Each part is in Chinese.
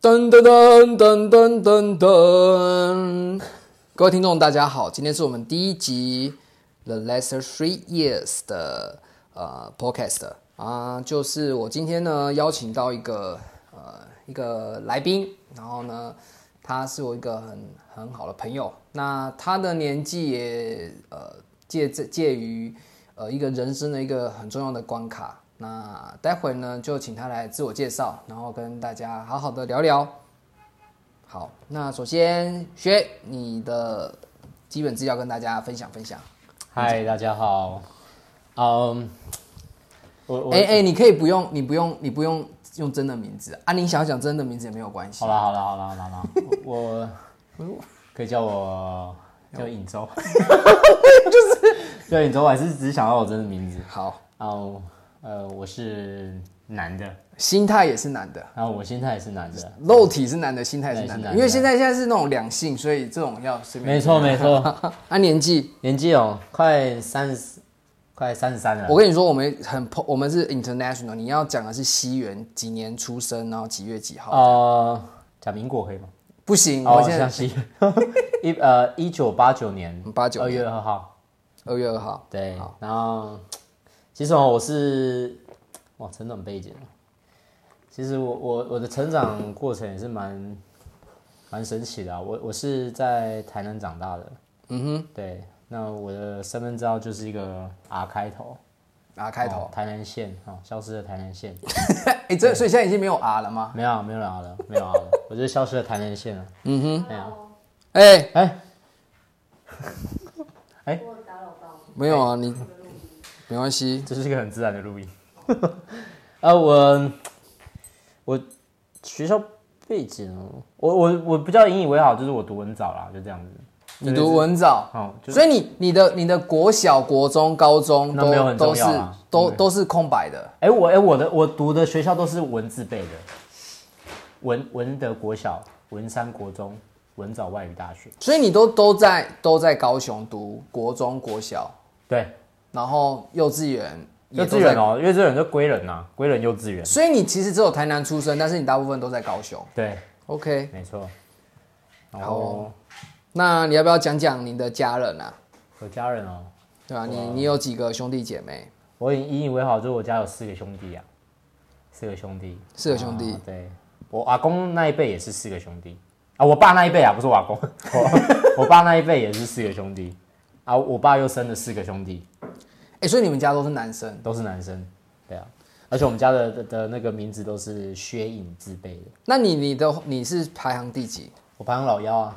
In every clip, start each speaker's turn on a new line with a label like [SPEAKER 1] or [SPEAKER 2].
[SPEAKER 1] 噔噔噔噔噔噔噔！各位听众，大家好，今天是我们第一集《The Lesser Three Years》的呃 Podcast 啊，就是我今天呢邀请到一个呃一个来宾，然后呢，他是我一个很很好的朋友，那他的年纪也呃介介介于呃一个人生的一个很重要的关卡，那待会呢，就请他来自我介绍，然后跟大家好好的聊聊。好，那首先薛，你的基本资料跟大家分享分享。
[SPEAKER 2] 嗨，大家好。嗯，我我
[SPEAKER 1] 哎哎、你可以不用，你不用，你不用用真的名字啊，你想要讲真的名字也没有关系
[SPEAKER 2] 好。啦好啦好啦好 啦好啦，我我可以叫我
[SPEAKER 1] 哎
[SPEAKER 2] 叫我尹州， 就是叫尹州，我还是只想要我真的名字。
[SPEAKER 1] 好，
[SPEAKER 2] 哦，呃，我是男的，
[SPEAKER 1] 心态也是男的，
[SPEAKER 2] 然后我现在也是男的。
[SPEAKER 1] 肉体是男的，心态是男
[SPEAKER 2] 对是
[SPEAKER 1] 的，
[SPEAKER 2] 男的
[SPEAKER 1] 因为现在现在是那种两性，所以这种要随便。
[SPEAKER 2] 哎没 错没错，
[SPEAKER 1] 啊，年纪，
[SPEAKER 2] 年纪哦，快三十，快三十三了
[SPEAKER 1] 我。跟你说，我们很 po- 我们是 international，你要讲的是西元几年出生，然后几月几号。
[SPEAKER 2] 呃，讲民国可以吗？
[SPEAKER 1] 不行，
[SPEAKER 2] 哦，
[SPEAKER 1] 嗯我现在
[SPEAKER 2] 相信 一呃一九八九年
[SPEAKER 1] 89
[SPEAKER 2] 二
[SPEAKER 1] 年
[SPEAKER 2] 月二号。
[SPEAKER 1] 二月二号，
[SPEAKER 2] 对，然后其实哦，我是哇成长背景，哦其实我我我的成长过程也是蛮蛮神奇的、啊。我我是在台南长大的，嗯哼，对。那我的身份证号就是一个 R 开头，
[SPEAKER 1] 啊，开头
[SPEAKER 2] 哦。台南县哈、哦，消失的台南县，
[SPEAKER 1] 哎、这所以现在已经没有 R 了吗？
[SPEAKER 2] 没有啊没有 R 了，没有 R 了，我就是消失的台南县了。嗯哼，哎呀，
[SPEAKER 1] 哎、
[SPEAKER 2] 哎，
[SPEAKER 1] 没有啊，你没关系。
[SPEAKER 2] 这是一个很自然的录音。啊，我我学校背景哦，我我我比较引以为豪，就是我读文藻啦，就这样子。
[SPEAKER 1] 你读文藻，
[SPEAKER 2] 哦，就
[SPEAKER 1] 所以你你的你的国小、国中、高中
[SPEAKER 2] 那没有
[SPEAKER 1] 都
[SPEAKER 2] 很
[SPEAKER 1] 都
[SPEAKER 2] 重
[SPEAKER 1] 是
[SPEAKER 2] 要啊
[SPEAKER 1] 都
[SPEAKER 2] 对
[SPEAKER 1] 都是空白的。
[SPEAKER 2] 哎、我哎、我的我读的学校都是文字辈的，文文德国小、文山国中、文藻外语大学。
[SPEAKER 1] 所以你都都在都在高雄读国中、国小，
[SPEAKER 2] 对，
[SPEAKER 1] 然后幼稚园也
[SPEAKER 2] 幼
[SPEAKER 1] 都
[SPEAKER 2] 稚
[SPEAKER 1] 在
[SPEAKER 2] 园。哦，幼稚园就归人呐、啊，归人幼稚园。
[SPEAKER 1] 所以你其实只有台南出生，但是你大部分都在高雄。
[SPEAKER 2] 对，
[SPEAKER 1] OK，
[SPEAKER 2] 没错。然
[SPEAKER 1] 好
[SPEAKER 2] 后
[SPEAKER 1] 哦那你要不要讲讲你的家人啊？
[SPEAKER 2] 有家人哦，
[SPEAKER 1] 对吧、啊？你你有几个兄弟姐妹？
[SPEAKER 2] 我引引以为豪，就是我家有四个兄弟啊，四个兄弟，
[SPEAKER 1] 四个兄弟
[SPEAKER 2] 啊对，我阿公那一辈也是四个兄弟啊，我爸那一辈啊，不是我阿公，
[SPEAKER 1] 哦
[SPEAKER 2] 我我爸那一辈也是四个兄弟啊，我爸又生了四个兄弟，
[SPEAKER 1] 哎、所以你们家都是男生。
[SPEAKER 2] 都是男生，对啊，而且我们家的的的那个名字都是薛影字辈的，
[SPEAKER 1] 那你你的你是排行第几？
[SPEAKER 2] 我排行老幺啊，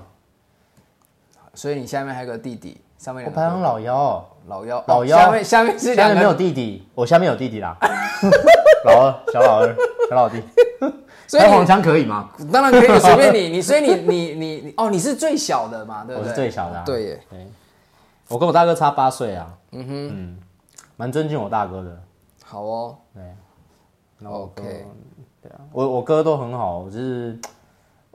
[SPEAKER 1] 所以你下面还有个弟弟，上面
[SPEAKER 2] 我
[SPEAKER 1] 两
[SPEAKER 2] 排
[SPEAKER 1] 个
[SPEAKER 2] 行老幺哦、
[SPEAKER 1] 老幺，
[SPEAKER 2] 老幺
[SPEAKER 1] 啊哦下面下面是
[SPEAKER 2] 下
[SPEAKER 1] 两
[SPEAKER 2] 面
[SPEAKER 1] 个
[SPEAKER 2] 没有，弟弟，我下面有弟 弟啦，老二，小老二，小老弟，
[SPEAKER 1] 所以
[SPEAKER 2] 开黄腔可以吗？
[SPEAKER 1] 你当然 可以随便你，你所以你你你你哦，你是最小的嘛，对不对？
[SPEAKER 2] 我是最小的啊
[SPEAKER 1] 对耶，
[SPEAKER 2] 对，我跟我大哥差八岁啊。嗯哼，蛮尊敬我大哥的。
[SPEAKER 1] 好哦，
[SPEAKER 2] 然后我哥
[SPEAKER 1] OK
[SPEAKER 2] 对啊，我我哥都很好，就是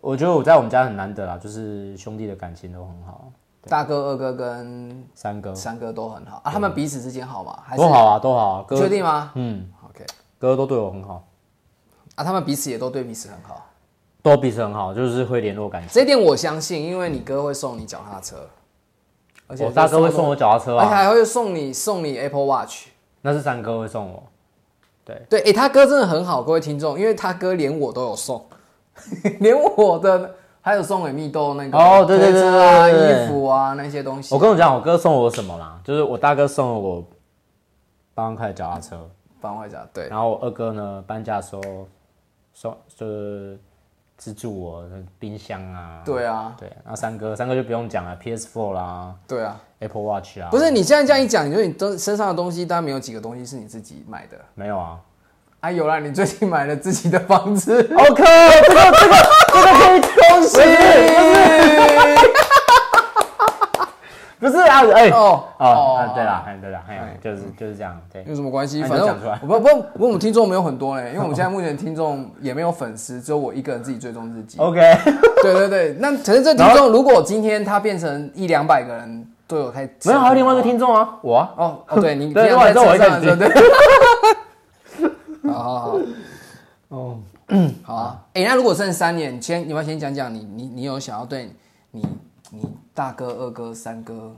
[SPEAKER 2] 我觉得我在我们家很难得啦，啊就是兄弟的感情都很好。
[SPEAKER 1] 大哥、二哥跟
[SPEAKER 2] 三哥
[SPEAKER 1] 三哥都很好啊，他们彼此之间好吗？还是
[SPEAKER 2] 都好啊，都好啊，
[SPEAKER 1] 你确
[SPEAKER 2] 哥
[SPEAKER 1] 定吗
[SPEAKER 2] 嗯，
[SPEAKER 1] ？OK，
[SPEAKER 2] 哥都对我很好，
[SPEAKER 1] 啊，他们彼此也都对彼此很好，
[SPEAKER 2] 都彼此很好，就是会联络感情。
[SPEAKER 1] 这一点我相信，因为你哥会送你脚踏车，而且
[SPEAKER 2] 我哦大哥会送我脚踏车
[SPEAKER 1] 而且
[SPEAKER 2] 啊，
[SPEAKER 1] 还会送你送你 Apple Watch。
[SPEAKER 2] 那是三哥会送我。对，
[SPEAKER 1] 对，哎、他哥真的很好，各位听众，因为他哥连我都有送， 连我的还有送给蜜豆那个
[SPEAKER 2] 哦对对
[SPEAKER 1] 推
[SPEAKER 2] 对
[SPEAKER 1] 车啊、
[SPEAKER 2] 对对对
[SPEAKER 1] 衣服啊那些东西。
[SPEAKER 2] 我跟我讲，我哥送我什么啦？就是我大哥送了我八万块的脚踏车，
[SPEAKER 1] 反外讲，对，
[SPEAKER 2] 然后我二哥呢，搬家的时候送就是资助我的冰箱啊，
[SPEAKER 1] 对啊，
[SPEAKER 2] 对，然后三哥三哥就不用讲了，PS4 啦
[SPEAKER 1] 对啊，
[SPEAKER 2] ，Apple Watch 啊，
[SPEAKER 1] 不是你现在这样一讲，你说你都身上的东西，当然没有几个东西是你自己买的。
[SPEAKER 2] 没有啊。
[SPEAKER 1] 啊，有啦，你最近买了自己的房子，
[SPEAKER 2] OK，这哦个这个这个 可以恭喜，不是啊，哎
[SPEAKER 1] 哦哦
[SPEAKER 2] 哦哦，对啦，哎对啦，哎就是就是这样，对，
[SPEAKER 1] 有什么关系？
[SPEAKER 2] 哎
[SPEAKER 1] 反正
[SPEAKER 2] 你要讲出来
[SPEAKER 1] 我不不，不过我们听众没有很多嘞，因为 我们现在目前听众也没有粉丝，只有我一个人自己追踪自己。
[SPEAKER 2] OK，
[SPEAKER 1] 对对对，那可是这听众如果今天他变成一两百个人都有开，
[SPEAKER 2] 没有还有另外一个听众啊， 我啊，
[SPEAKER 1] 哦哦，对 你
[SPEAKER 2] 对
[SPEAKER 1] 平常在
[SPEAKER 2] 另外一个
[SPEAKER 1] 车上
[SPEAKER 2] 我
[SPEAKER 1] 的时候
[SPEAKER 2] 一个
[SPEAKER 1] 对，好好好，
[SPEAKER 2] 哦，
[SPEAKER 1] 好啊，哎、那如果剩三年，你先你要先讲讲你你你有想要对你你大哥、二哥、三哥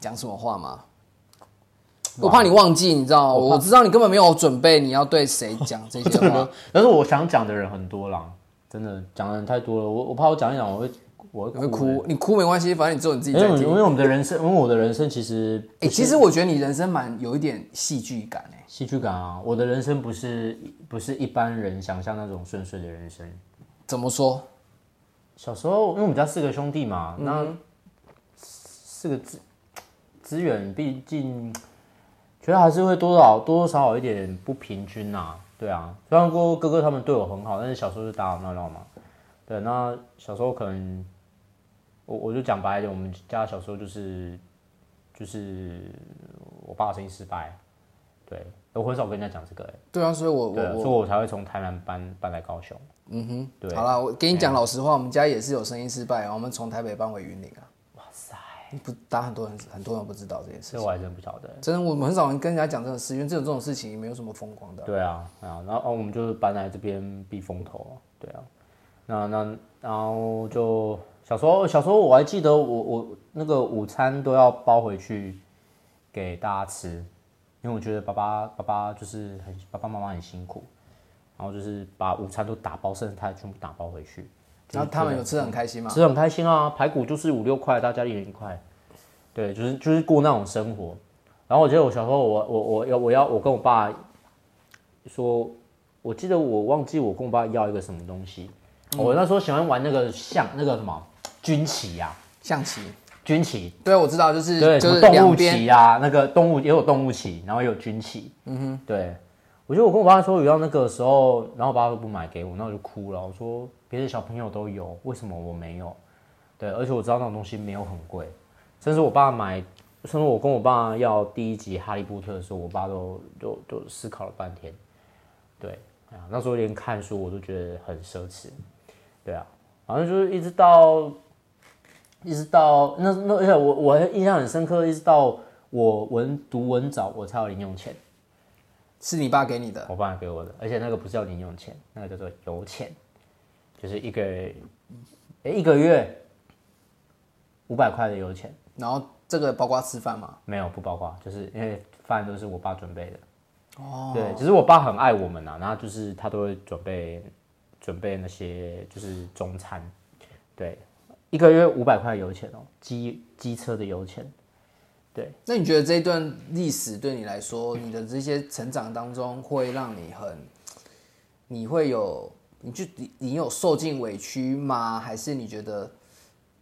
[SPEAKER 1] 讲什么话吗？我怕你忘记，你知道，我知道你根本没有准备，你要对谁讲这些话，
[SPEAKER 2] 但是我想讲的人很多啦，真的讲的人太多了，我我怕我讲一讲我会 我
[SPEAKER 1] 你会
[SPEAKER 2] 会哭欸。
[SPEAKER 1] 哭，你哭没关系，反正你只有你自己
[SPEAKER 2] 因
[SPEAKER 1] 在
[SPEAKER 2] 为我
[SPEAKER 1] 听。
[SPEAKER 2] 因为我们的人生，因为我的人生其实
[SPEAKER 1] 哎、其实我觉得你人生蛮有一点戏剧感哎、
[SPEAKER 2] 戏剧感啊，我的人生不是不是一般人想象那种顺遂的人生。
[SPEAKER 1] 怎么说？
[SPEAKER 2] 小时候，因为我们家四个兄弟嘛，
[SPEAKER 1] 嗯
[SPEAKER 2] 那四个资资源，毕竟觉得还是会多少多多少少有一点不平均呐、对啊，虽然说哥哥他们对我很好，但是小时候就打打闹闹嘛。对，那小时候可能我我就讲白一点，我们家小时候就是就是我爸生意失败，对我很少跟人家讲这个、欸，
[SPEAKER 1] 对啊，所以我
[SPEAKER 2] 对啊，
[SPEAKER 1] 我
[SPEAKER 2] 所以我才会从台南搬搬来高雄。
[SPEAKER 1] 嗯哼，
[SPEAKER 2] 对
[SPEAKER 1] 好啦，我跟你讲老实话，我们家也是有生意失败，啊我们从台北搬回云林啊。哇塞，不，大家很多人很多人不知道这件事
[SPEAKER 2] 这。我还真不晓得。
[SPEAKER 1] 真的，我们很少人跟人家讲这种事，因为这种这种事情没有什么风光的。
[SPEAKER 2] 对啊，啊，然后哦，我们就是搬来这边避风头，对啊，那那然后就小时候小时候我还记得我我那个午餐都要包回去给大家吃，因为我觉得爸爸爸爸就是很爸爸妈妈很辛苦，然后就是把午餐都打包，剩菜全部打包回去，
[SPEAKER 1] 然后他们有吃的很开心吗？
[SPEAKER 2] 吃得很开心啊，排骨就是五六块，大家一人一块，对，就是就是过那种生活。然后我记得我小时候我，我我要我要我跟我爸说，我记得我忘记我跟我爸要一个什么东西。我那时候喜欢玩那个象那个什么军棋呀、
[SPEAKER 1] 象棋，
[SPEAKER 2] 军棋，
[SPEAKER 1] 对，啊我知道，就是
[SPEAKER 2] 对，
[SPEAKER 1] 就
[SPEAKER 2] 什么
[SPEAKER 1] 是
[SPEAKER 2] 动
[SPEAKER 1] 两
[SPEAKER 2] 物
[SPEAKER 1] 边
[SPEAKER 2] 棋啊呀、那个动物也有动物棋，然后也有军棋。嗯哼，对。我觉得我跟我爸说我要那个时候，然后我爸都不买给我，那我就哭了。我说别的小朋友都有，为什么我没有？对，而且我知道那种东西没有很贵，甚至我爸买，甚至我跟我爸要第一集《哈利波特》的时候，我爸都都都思考了半天。对，啊，那时候连看书我都觉得很奢侈。对啊，好像就是一直到一直到那那而且我我还印象很深刻，一直到我文读文藻我才有零用钱，
[SPEAKER 1] 是你爸给你的，
[SPEAKER 2] 我爸给我的，而且那个不是叫零用钱，那个叫做油钱，就是一个、诶一个月五百块的油钱，
[SPEAKER 1] 然后这个包括吃饭嘛，
[SPEAKER 2] 没有不包括，就是因为饭都是我爸准备的。哦，对，其实我爸很爱我们啊，然后就是他都会准备准备那些就是中餐，对，一个月五百块油钱哦、机机车的油钱。
[SPEAKER 1] 那你觉得这一段历史对你来说，你的这些成长当中，会让你很，你会有，你就你你有受尽委屈吗？还是你觉得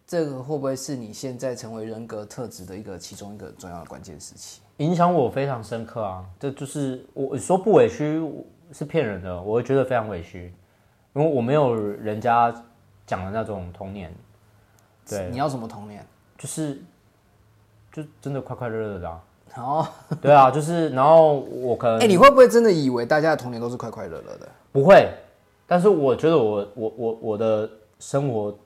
[SPEAKER 1] 这个会不会是你现在成为人格特质的一个其中一个重要的关键时期？
[SPEAKER 2] 影响我非常深刻啊！这就是我说不委屈我是骗人的，我会觉得非常委屈，因为我没有人家讲的那种童年，对，
[SPEAKER 1] 你要什么童年？
[SPEAKER 2] 就是就真的快快乐乐的、啊，
[SPEAKER 1] 然后，
[SPEAKER 2] 对啊，就是然后我可能
[SPEAKER 1] 哦哎、你会不会真的以为大家的童年都是快快乐乐的，
[SPEAKER 2] 不会，但是我觉得我我我我的生活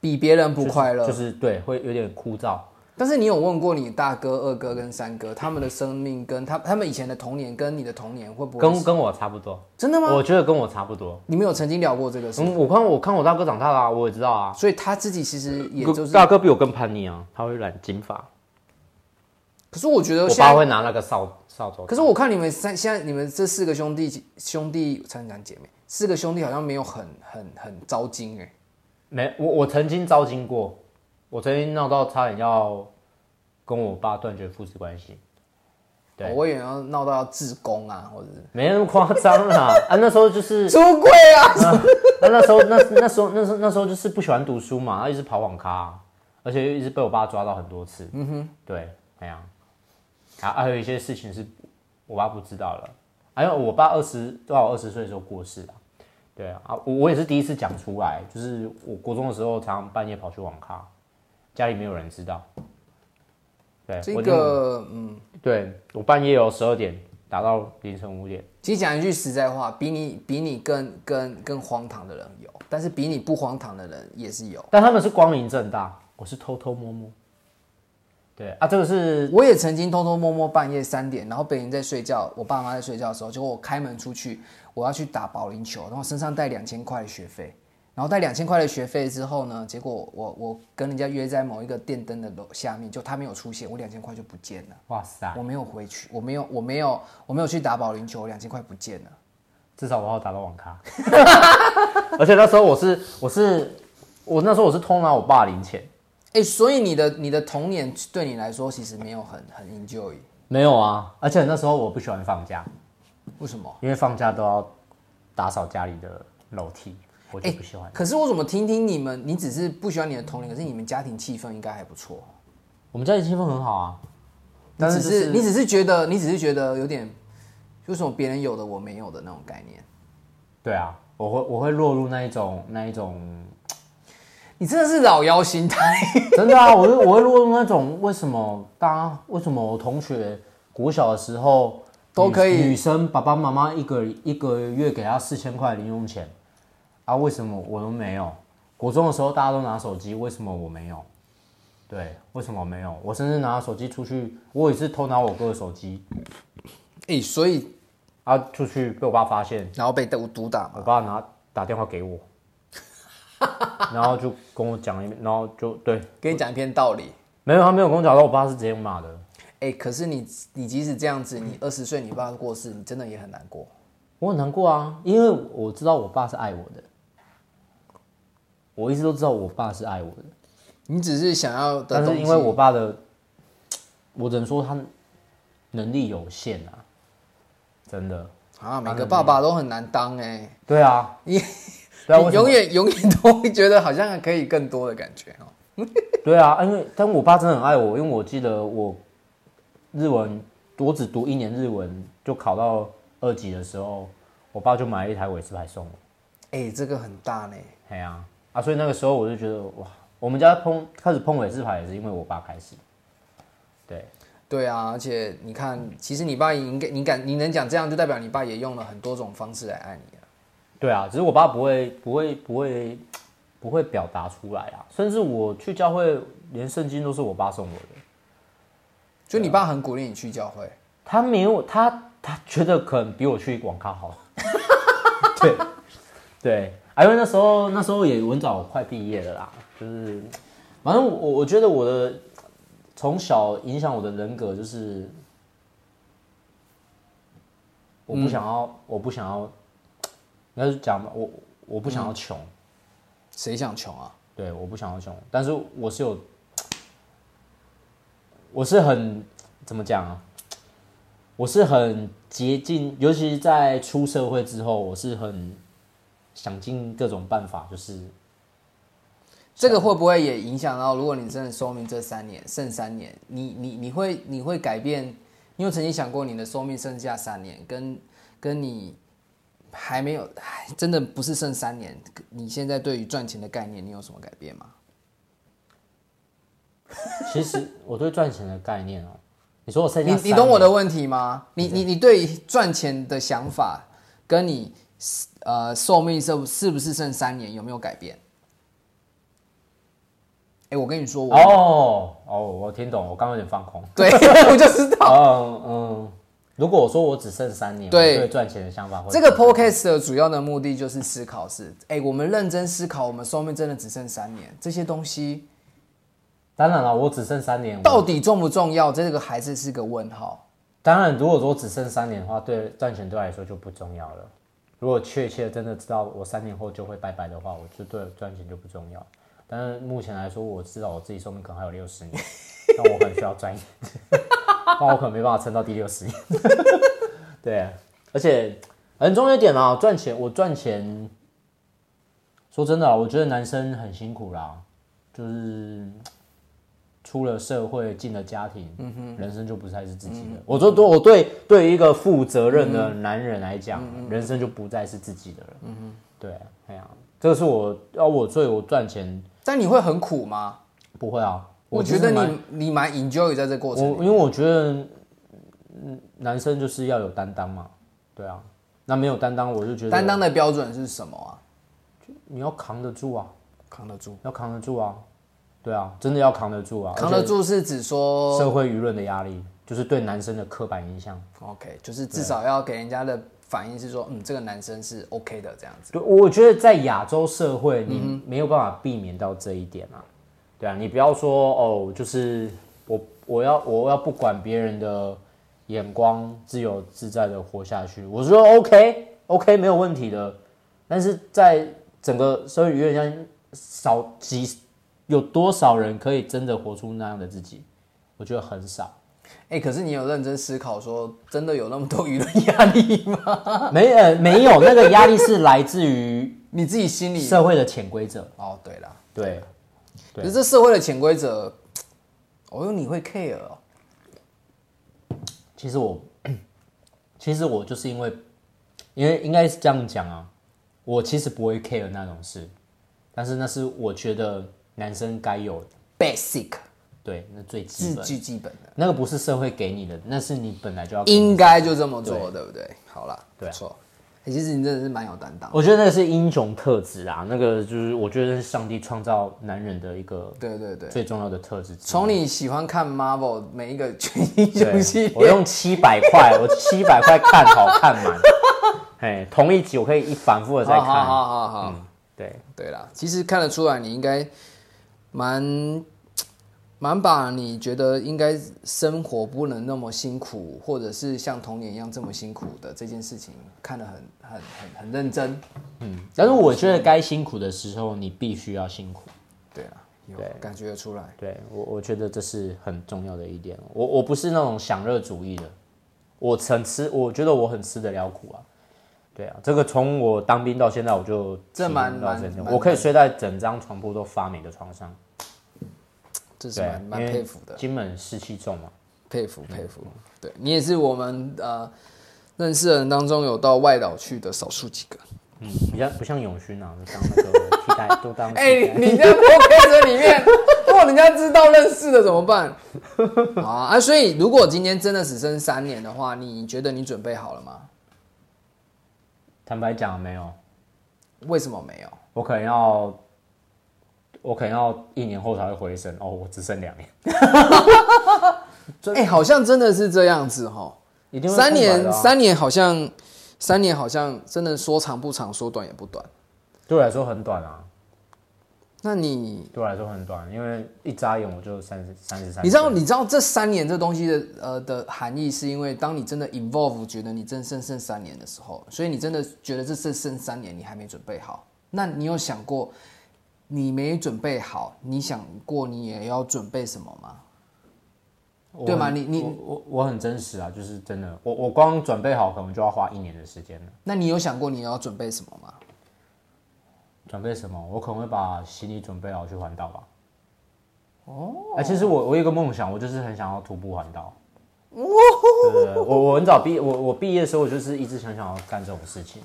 [SPEAKER 1] 比别人不
[SPEAKER 2] 就是
[SPEAKER 1] 快乐？
[SPEAKER 2] 就是对，会有点枯燥，
[SPEAKER 1] 但是你有问过你大哥、二哥跟三哥，他们的生命跟他他们以前的童年跟你的童年会不会
[SPEAKER 2] 跟跟我差不多，
[SPEAKER 1] 真的吗？
[SPEAKER 2] 我觉得跟我差不多。
[SPEAKER 1] 你们有曾经聊过这个事？
[SPEAKER 2] 嗯，我看我看我大哥长大啦、我也知道啊，
[SPEAKER 1] 所以他自己其实也就是，
[SPEAKER 2] 大哥比我更叛逆啊，他会染金发。
[SPEAKER 1] 可是我觉得
[SPEAKER 2] 我
[SPEAKER 1] 现
[SPEAKER 2] 爸
[SPEAKER 1] 在，
[SPEAKER 2] 会拿那个扫扫帚。
[SPEAKER 1] 可是我看你们三现在你们这四个兄弟兄弟，才讲姐妹，四个兄弟好像没有很很很糟心哎、
[SPEAKER 2] 没，我我曾经糟心过，我曾经闹到差点要跟我爸断绝父子关系，对
[SPEAKER 1] 我也要闹到要自宫啊，或者是
[SPEAKER 2] 没那么夸张啦。啊，那时候就是，
[SPEAKER 1] 出柜啊，
[SPEAKER 2] 啊、那时候那那时候那时候那时候就是不喜欢读书嘛，然后一直跑网咖、而且又一直被我爸抓到很多次。嗯哼，对，哎呀、啊，还有一些事情是我爸不知道了，还、有我爸二十到我二十岁的时候过世了。对啊，啊我我也是第一次讲出来，就是我国中的时候，常常半夜跑去网咖，家里没有人知道。对，
[SPEAKER 1] 这
[SPEAKER 2] 我就
[SPEAKER 1] 个嗯，
[SPEAKER 2] 对我半夜有十二点打到凌晨五点，
[SPEAKER 1] 其实讲一句实在话，比你比你更更更荒唐的人有，但是比你不荒唐的人也是有。
[SPEAKER 2] 但他们是光明正大，我是偷偷摸摸。对啊，这个是
[SPEAKER 1] 我也曾经偷偷摸摸半夜三点，然后别人在睡觉，我爸妈在睡觉的时候，结果我开门出去，我要去打保龄球，然后身上带两千块的学费，然后带两千块的学费之后呢，结果我我跟人家约在某一个电灯的楼下面，就他没有出现，我两千块就不见了，
[SPEAKER 2] 哇塞，
[SPEAKER 1] 我没有回去，我没有我没有我没有去打保龄球，两千块不见了。
[SPEAKER 2] 至少我还有打到网咖。 而且那时候我是我是我那时候我是偷拿我爸零钱，
[SPEAKER 1] 哎、所以你的你的童年对你来说其实没有很很 enjoy，
[SPEAKER 2] 没有啊。而且那时候我不喜欢放假，
[SPEAKER 1] 为什么？
[SPEAKER 2] 因为放假都要打扫家里的楼梯，我就不喜欢。
[SPEAKER 1] 可是我怎么听听你们，你只是不喜欢你的童年，可是你们家庭气氛应该还不错。
[SPEAKER 2] 我们家里气氛很好啊，
[SPEAKER 1] 你
[SPEAKER 2] 但
[SPEAKER 1] 只
[SPEAKER 2] 是
[SPEAKER 1] 是
[SPEAKER 2] 就是
[SPEAKER 1] 你只是觉得你只是觉得有点，为什么别人有的我没有的那种概念？
[SPEAKER 2] 对啊，我会我会落入那一种那一种，
[SPEAKER 1] 你真的是老妖心 态。
[SPEAKER 2] 真的啊，我会我会落入那种为什么大家为什么我同学国小的时候
[SPEAKER 1] 都可以
[SPEAKER 2] 女女生爸爸妈妈一个一个月给她四千块零用钱啊，为什么我都没有？国中的时候大家都拿手机，为什么我没有？对，为什么没有？我甚至拿手机出去，我也是偷拿我哥的手机
[SPEAKER 1] 哎、所以
[SPEAKER 2] 啊，出去被我爸发现，
[SPEAKER 1] 然后被毒毒打
[SPEAKER 2] 我
[SPEAKER 1] 嘛，
[SPEAKER 2] 爸拿打电话给 我，然后就跟我讲一遍，然后就对，
[SPEAKER 1] 跟你讲一篇道理。
[SPEAKER 2] 没有他没有跟我讲到，我爸是直接用骂的。
[SPEAKER 1] 哎、可是你你即使这样子，你二十岁你爸过世，你真的也很难过。
[SPEAKER 2] 我很难过啊，因为我知道我爸是爱我的，我一直都知道我爸是爱我的，
[SPEAKER 1] 你只是想要的
[SPEAKER 2] 但
[SPEAKER 1] 东
[SPEAKER 2] 是
[SPEAKER 1] 西，
[SPEAKER 2] 因为我爸的，我只能说他能力有限啊，真的。
[SPEAKER 1] 啊，每个爸爸都很难当哎、
[SPEAKER 2] 对啊，
[SPEAKER 1] 你
[SPEAKER 2] 对啊，
[SPEAKER 1] 你
[SPEAKER 2] 为什
[SPEAKER 1] 永
[SPEAKER 2] 么？
[SPEAKER 1] 远永远都会觉得好像还可以更多的感觉哦。
[SPEAKER 2] 对啊，因为但我爸真的很爱我，因为我记得我日文我只读一年日文，就考到二级的时候，我爸就买了一台韦斯牌送我。
[SPEAKER 1] 哎、这个很大呢。
[SPEAKER 2] 哎呀、啊，所以那个时候我就觉得哇，我们家碰开始碰尾字牌也是因为我爸开始。对，
[SPEAKER 1] 对啊，而且你看，其实你爸也应该，你敢，你能讲这样，就代表你爸也用了很多种方式来爱你啊。
[SPEAKER 2] 对啊，只是我爸不会不会不会不会表达出来啊，甚至我去教会连圣经都是我爸送我的，
[SPEAKER 1] 就
[SPEAKER 2] 啊
[SPEAKER 1] 你爸很鼓励你去教会，
[SPEAKER 2] 他没有他他觉得可能比我去网咖好。对对，啊，因为那时候那时候也文藻快毕业了啦，就是反正我我觉得我的从小影响我的人格就是我不想要，我不想要，应该是讲吧我我不想要穷，
[SPEAKER 1] 谁想穷啊？
[SPEAKER 2] 对，我不想要穷，但是我是有，我是很怎么讲啊？我是很竭尽，尤其是在出社会之后，我是很想尽各种办法，就是
[SPEAKER 1] 这个会不会也影响到？如果你真的寿命这三年剩三年，你你你会你会改变？你有曾经想过你的寿命剩下三年，跟跟你还没有，唉真的不是剩三年，你现在对于赚钱的概念，你有什么改变吗？
[SPEAKER 2] 其实我对赚钱的概念哦、你说我剩下
[SPEAKER 1] 你
[SPEAKER 2] 三
[SPEAKER 1] 你懂我的
[SPEAKER 2] 年哦
[SPEAKER 1] 问题吗？你你你对赚钱的想法，跟你呃寿命是是不是剩三年有没有改变？哎、我跟你说，我、
[SPEAKER 2] 哦哦，我听懂，我刚刚有点放空。
[SPEAKER 1] 对我就知道
[SPEAKER 2] 嗯嗯，如果我说我只剩三年，我
[SPEAKER 1] 对
[SPEAKER 2] 对赚钱的想法会
[SPEAKER 1] 这个 podcast 的主要的目的就是思考是，哎、我们认真思考，我们寿命真的只剩三年，这些东西
[SPEAKER 2] 当然了，我只剩三年，我
[SPEAKER 1] 到底重不重要？这个还是是个问号。
[SPEAKER 2] 当然，如果说只剩三年的话，对赚钱对我来说就不重要了。如果确切真的知道我三年后就会拜拜的话，我就对赚钱就不重要。但是目前来说，我知道我自己寿命可能还有六十年，那我可能需要赚一点， 那我可能没办法撑到第六十年。 对，啊而且很重要一点啊，赚钱我赚钱，说真的啊，我觉得男生很辛苦啦，就是出了社会，进了家庭，
[SPEAKER 1] 嗯
[SPEAKER 2] 人生就不再是自己的。我说，对我对对于一个负责任
[SPEAKER 1] 嗯
[SPEAKER 2] 的男人来讲，人生就不再是自己的了。嗯哼，对，哎呀、这个是我要我最我赚钱
[SPEAKER 1] 但你会很苦吗？
[SPEAKER 2] 不会啊，
[SPEAKER 1] 我
[SPEAKER 2] 其实
[SPEAKER 1] 觉得
[SPEAKER 2] 蛮
[SPEAKER 1] 你你蛮 enjoy 在这过
[SPEAKER 2] 我
[SPEAKER 1] 程里
[SPEAKER 2] 因为我觉得，嗯，男生就是要有担当嘛，对啊，那没有担当，我就觉得
[SPEAKER 1] 担当的标准是什么啊？
[SPEAKER 2] 你要扛得住啊，
[SPEAKER 1] 扛得住。
[SPEAKER 2] 要扛得住啊，对啊，真的要扛得住啊，
[SPEAKER 1] 扛得住哦是指
[SPEAKER 2] 而且
[SPEAKER 1] 说
[SPEAKER 2] 社会舆论的压力，就是对男生的刻板印象。
[SPEAKER 1] ，OK，就是至少要给人家的反应是说，嗯，这个男生是 OK 的这样子。
[SPEAKER 2] 对，我觉得在亚洲社会，你没有办法避免到这一点啊。对啊，你不要说哦，就是我我要我要不管别人的眼光，自由自在的活下去。我说 OK OK 没有问题的，但是在整个社会舆论下，少几有多少人可以真的活出那样的自己？我觉得很少。
[SPEAKER 1] 哎、可是你有认真思考说，真的有那么多舆论压力吗？
[SPEAKER 2] 没呃没有那个压力是来自于
[SPEAKER 1] 你自己心里
[SPEAKER 2] 社会的潜规则。
[SPEAKER 1] 哦，对啦，
[SPEAKER 2] 对，
[SPEAKER 1] 可
[SPEAKER 2] 对
[SPEAKER 1] 是这社会的潜规则，哦哟，你会 care 哦。
[SPEAKER 2] 其实我， 其实我就是因为，因为应该是这样讲啊，我其实不会 care 那种事，但是那是我觉得男生该有的，
[SPEAKER 1] basic
[SPEAKER 2] 对，那最基
[SPEAKER 1] 是
[SPEAKER 2] 本，
[SPEAKER 1] 最基本的，
[SPEAKER 2] 那个不是社会给你的，那是你本来就要给
[SPEAKER 1] 应该就这么做，
[SPEAKER 2] 对
[SPEAKER 1] 对不对？好啦，
[SPEAKER 2] 对啊
[SPEAKER 1] 不错。哎其实你真的是蛮有担当。
[SPEAKER 2] 我觉得那个是英雄特质啊，那个就是我觉得是上帝创造男人的一个
[SPEAKER 1] 对对对，
[SPEAKER 2] 最重要的特质之一。
[SPEAKER 1] 从你喜欢看 Marvel 每一个全英雄系
[SPEAKER 2] 对，我
[SPEAKER 1] 列，
[SPEAKER 2] 用七百块，我七百块看好看 满，哎，同一集我可以一反复的再
[SPEAKER 1] 好
[SPEAKER 2] 看。嗯
[SPEAKER 1] 好好好好，
[SPEAKER 2] 对，
[SPEAKER 1] 对啦，其实看得出来，你应该蛮蛮把你觉得应该生活不能那么辛苦，或者是像童年一样这么辛苦的这件事情，看得很很很很认真。
[SPEAKER 2] 但是我觉得该辛苦的时候，你必须要辛苦。
[SPEAKER 1] 对啦，有
[SPEAKER 2] 对
[SPEAKER 1] 感觉得出来。
[SPEAKER 2] 对我，我觉得这是很重要的一点。我我不是那种享乐主义的，我很吃，我觉得我很吃得了苦啊。对啊，这个从我当兵到现在，我就
[SPEAKER 1] 这
[SPEAKER 2] 体验
[SPEAKER 1] 蛮
[SPEAKER 2] 到
[SPEAKER 1] 蛮
[SPEAKER 2] 这种
[SPEAKER 1] 蛮
[SPEAKER 2] 我可以睡在整张床铺都发霉的床上，
[SPEAKER 1] 这是
[SPEAKER 2] 对
[SPEAKER 1] 蛮
[SPEAKER 2] 啊，
[SPEAKER 1] 蛮
[SPEAKER 2] 因为
[SPEAKER 1] 佩服的，
[SPEAKER 2] 金门湿气重嘛，
[SPEAKER 1] 佩服佩服。对你也是我们呃认识的人当中有到外岛去的少数几个。
[SPEAKER 2] 嗯，比较不像永勋啊，就当那个替代，都当替代。
[SPEAKER 1] 哎、 你在 podcast 里 面，如果人家知道认识的怎么办？ 好啊啊，所以如果今天真的只剩三年的话，你觉得你准备好了吗？
[SPEAKER 2] 坦白讲，没有，
[SPEAKER 1] 为什么没有？
[SPEAKER 2] 我可能要，我可能要一年后才会回神。哦，我只剩两年，
[SPEAKER 1] 哎、好像真的是这样子哈。
[SPEAKER 2] 一定会
[SPEAKER 1] 三
[SPEAKER 2] 空白的
[SPEAKER 1] 年，
[SPEAKER 2] 啊
[SPEAKER 1] 三年好像，三年好像真的说长不长，说短也不短。
[SPEAKER 2] 对我来说很短啊，
[SPEAKER 1] 那你，
[SPEAKER 2] 对我来说很短，因为一眨眼我就三十三十三。
[SPEAKER 1] 你知道，你知道这三年这东西的呃的含义，是因为当你真的 involve 觉得你真剩剩三年的时候，所以你真的觉得这剩剩三年你还没准备好。那你有想过，你没准备好，你想过你也要准备什么吗？
[SPEAKER 2] 我很
[SPEAKER 1] 对吗你你
[SPEAKER 2] 我我我很真实啊，就是真的，我我光准备好可能就要花一年的时间了。
[SPEAKER 1] 那你有想过你要准备什么吗？
[SPEAKER 2] 准备什么？我可能会把行李准备好去环岛吧。哦，哎、其实我我有一个梦想，我就是很想要徒步环岛。
[SPEAKER 1] 哦
[SPEAKER 2] 对对对，我我很早毕我我毕业的时候，我就是一直很想要干这种事情。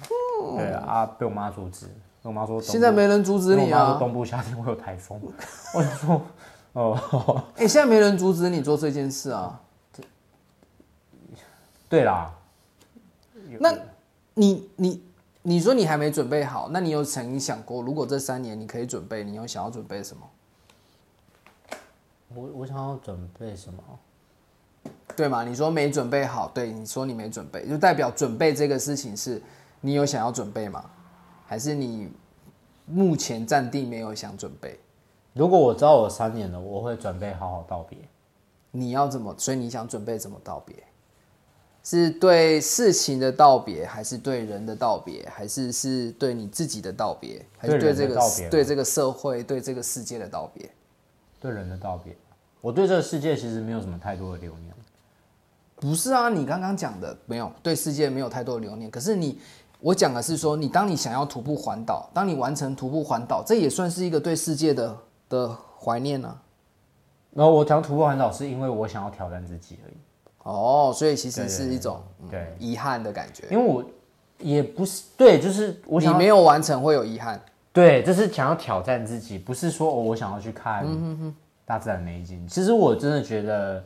[SPEAKER 2] 对啊，被我妈阻止。跟我妈说，
[SPEAKER 1] 现在没人阻止你
[SPEAKER 2] 跟我妈说
[SPEAKER 1] 啊！
[SPEAKER 2] 东部夏天会有台风。 我想说，哦，
[SPEAKER 1] 哎、现在没人阻止你做这件事啊！
[SPEAKER 2] 对啦，
[SPEAKER 1] 那你你你说你还没准备好，那你有曾经想过，如果这三年你可以准备，你有想要准备什么？
[SPEAKER 2] 我我想要准备什么？
[SPEAKER 1] 对嘛？你说没准备好，对，你说你没准备，就代表准备这个事情是你有想要准备吗？还是你目前暂定没有想准备？
[SPEAKER 2] 如果我知道我三年了，我会准备好好道别。
[SPEAKER 1] 你要怎么？所以你想准备怎么道别？是对事情的道别，还是对人的道别，还是是对你自己的道别，还是
[SPEAKER 2] 对
[SPEAKER 1] 对
[SPEAKER 2] 人的
[SPEAKER 1] 这个
[SPEAKER 2] 道别吗
[SPEAKER 1] 对这个社会、对这个世界的道别？
[SPEAKER 2] 对人的道别。我对这个世界其实没有什么太多的留念。
[SPEAKER 1] 不是啊，你刚刚讲的没有对世界没有太多的留念，可是你我讲的是说，你当你想要徒步环岛，当你完成徒步环岛，这也算是一个对世界的的怀念啊。
[SPEAKER 2] 然后我想徒步环岛是因为我想要挑战自己而已，
[SPEAKER 1] 哦，所以其实
[SPEAKER 2] 对对
[SPEAKER 1] 是一种嗯
[SPEAKER 2] 对，
[SPEAKER 1] 遗憾的感觉，
[SPEAKER 2] 因为我也不是对，就是我
[SPEAKER 1] 你
[SPEAKER 2] 想
[SPEAKER 1] 没
[SPEAKER 2] 要
[SPEAKER 1] 有完成会有遗憾。
[SPEAKER 2] 对，就是想要挑战自己，不是说、哦、我想要去看大自然美景。其实我真的觉得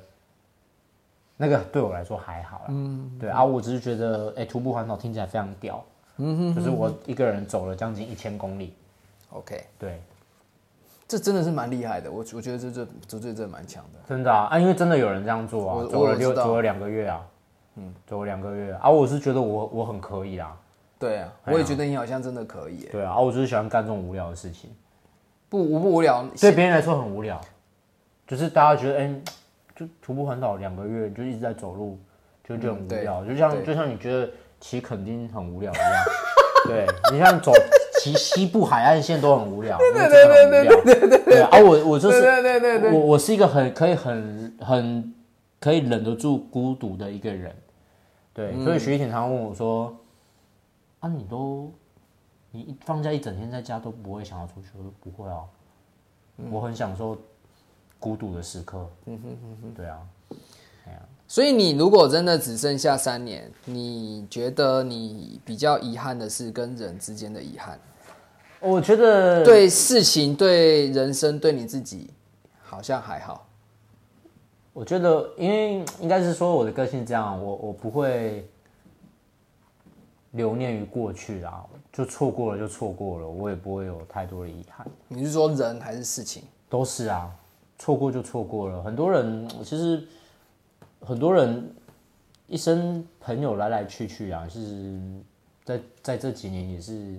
[SPEAKER 2] 那个对我来说还好啦，嗯，对啊，我只是觉得哎、徒步环岛听起来非常屌，嗯哼就是我一个人走了将近一千公里，
[SPEAKER 1] OK，
[SPEAKER 2] 对，
[SPEAKER 1] 这真的是蛮厉害的，我我觉得这这这这这蛮强的。
[SPEAKER 2] 真的啊，啊因为真的有人这样做啊
[SPEAKER 1] 我，
[SPEAKER 2] 走
[SPEAKER 1] 我
[SPEAKER 2] 了
[SPEAKER 1] 知
[SPEAKER 2] 六
[SPEAKER 1] 道
[SPEAKER 2] 走了两个月啊，嗯，对我两个月啊，我是觉得我我很可以啊，
[SPEAKER 1] 对啊，我也觉得你好像真的可以耶，
[SPEAKER 2] 对啊，啊我就是喜欢干这种无聊的事情，
[SPEAKER 1] 不无不无聊，
[SPEAKER 2] 对别人来说很无聊，就是大家觉得哎、就徒步环岛两个月就一直在走路，就觉得很无聊，就像就像你觉得骑垦丁很无聊一样，对你像 走骑西部海岸线都很无聊，对对对对对对对啊，我我就是
[SPEAKER 1] 对对对
[SPEAKER 2] 我我是一个很可以很很可以忍得住孤独的一个人，对，所以徐婷常问我说：“啊，你都你一放假一整天在家都不会想要出去？”我说：“不会啊，我很享受孤独的时刻。”嗯哼哼哼，对啊，
[SPEAKER 1] 所以你如果真的只剩下三年，你觉得你比较遗憾的是跟人之间的遗憾，
[SPEAKER 2] 我觉得
[SPEAKER 1] 对事情、对人生、对你自己，好像还好。
[SPEAKER 2] 我觉得，因为应该是说我的个性这样，我我不会留念于过去啦，就错过了就错过了，我也不会有太多的遗憾。
[SPEAKER 1] 你是说人还是事情？
[SPEAKER 2] 都是啊，错过就错过了。很多人嗯其实很多人一生朋友来来去去啊，是在在这几年也是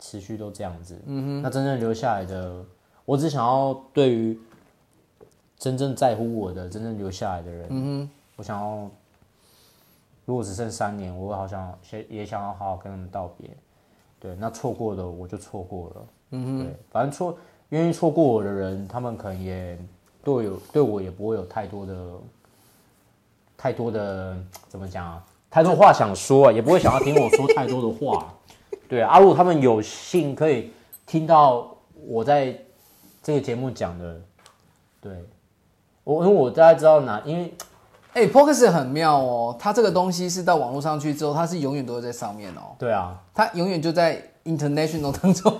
[SPEAKER 2] 持续都这样子。嗯哼，那真正留下来的，我只想要对于真正在乎我的、真正留下来的人，嗯哼，我想要。如果只剩三年，我会好想也也想要好好跟他们道别。对，那错过的我就错过了。嗯对，反正错愿意错过我的人，他们可能也对我有对我也不会有太多的太多的怎么讲啊，太多话想说、啊，也不会想要听我说太多的话。对啊，如果他们有幸可以听到我在这个节目讲的，对我因为我大家知道哪，因为
[SPEAKER 1] 哎、p o c a s t 很妙哦，它这个东西是到网络上去之后，它是永远都会在上面哦，
[SPEAKER 2] 对啊，
[SPEAKER 1] 它永远就在 international 当中。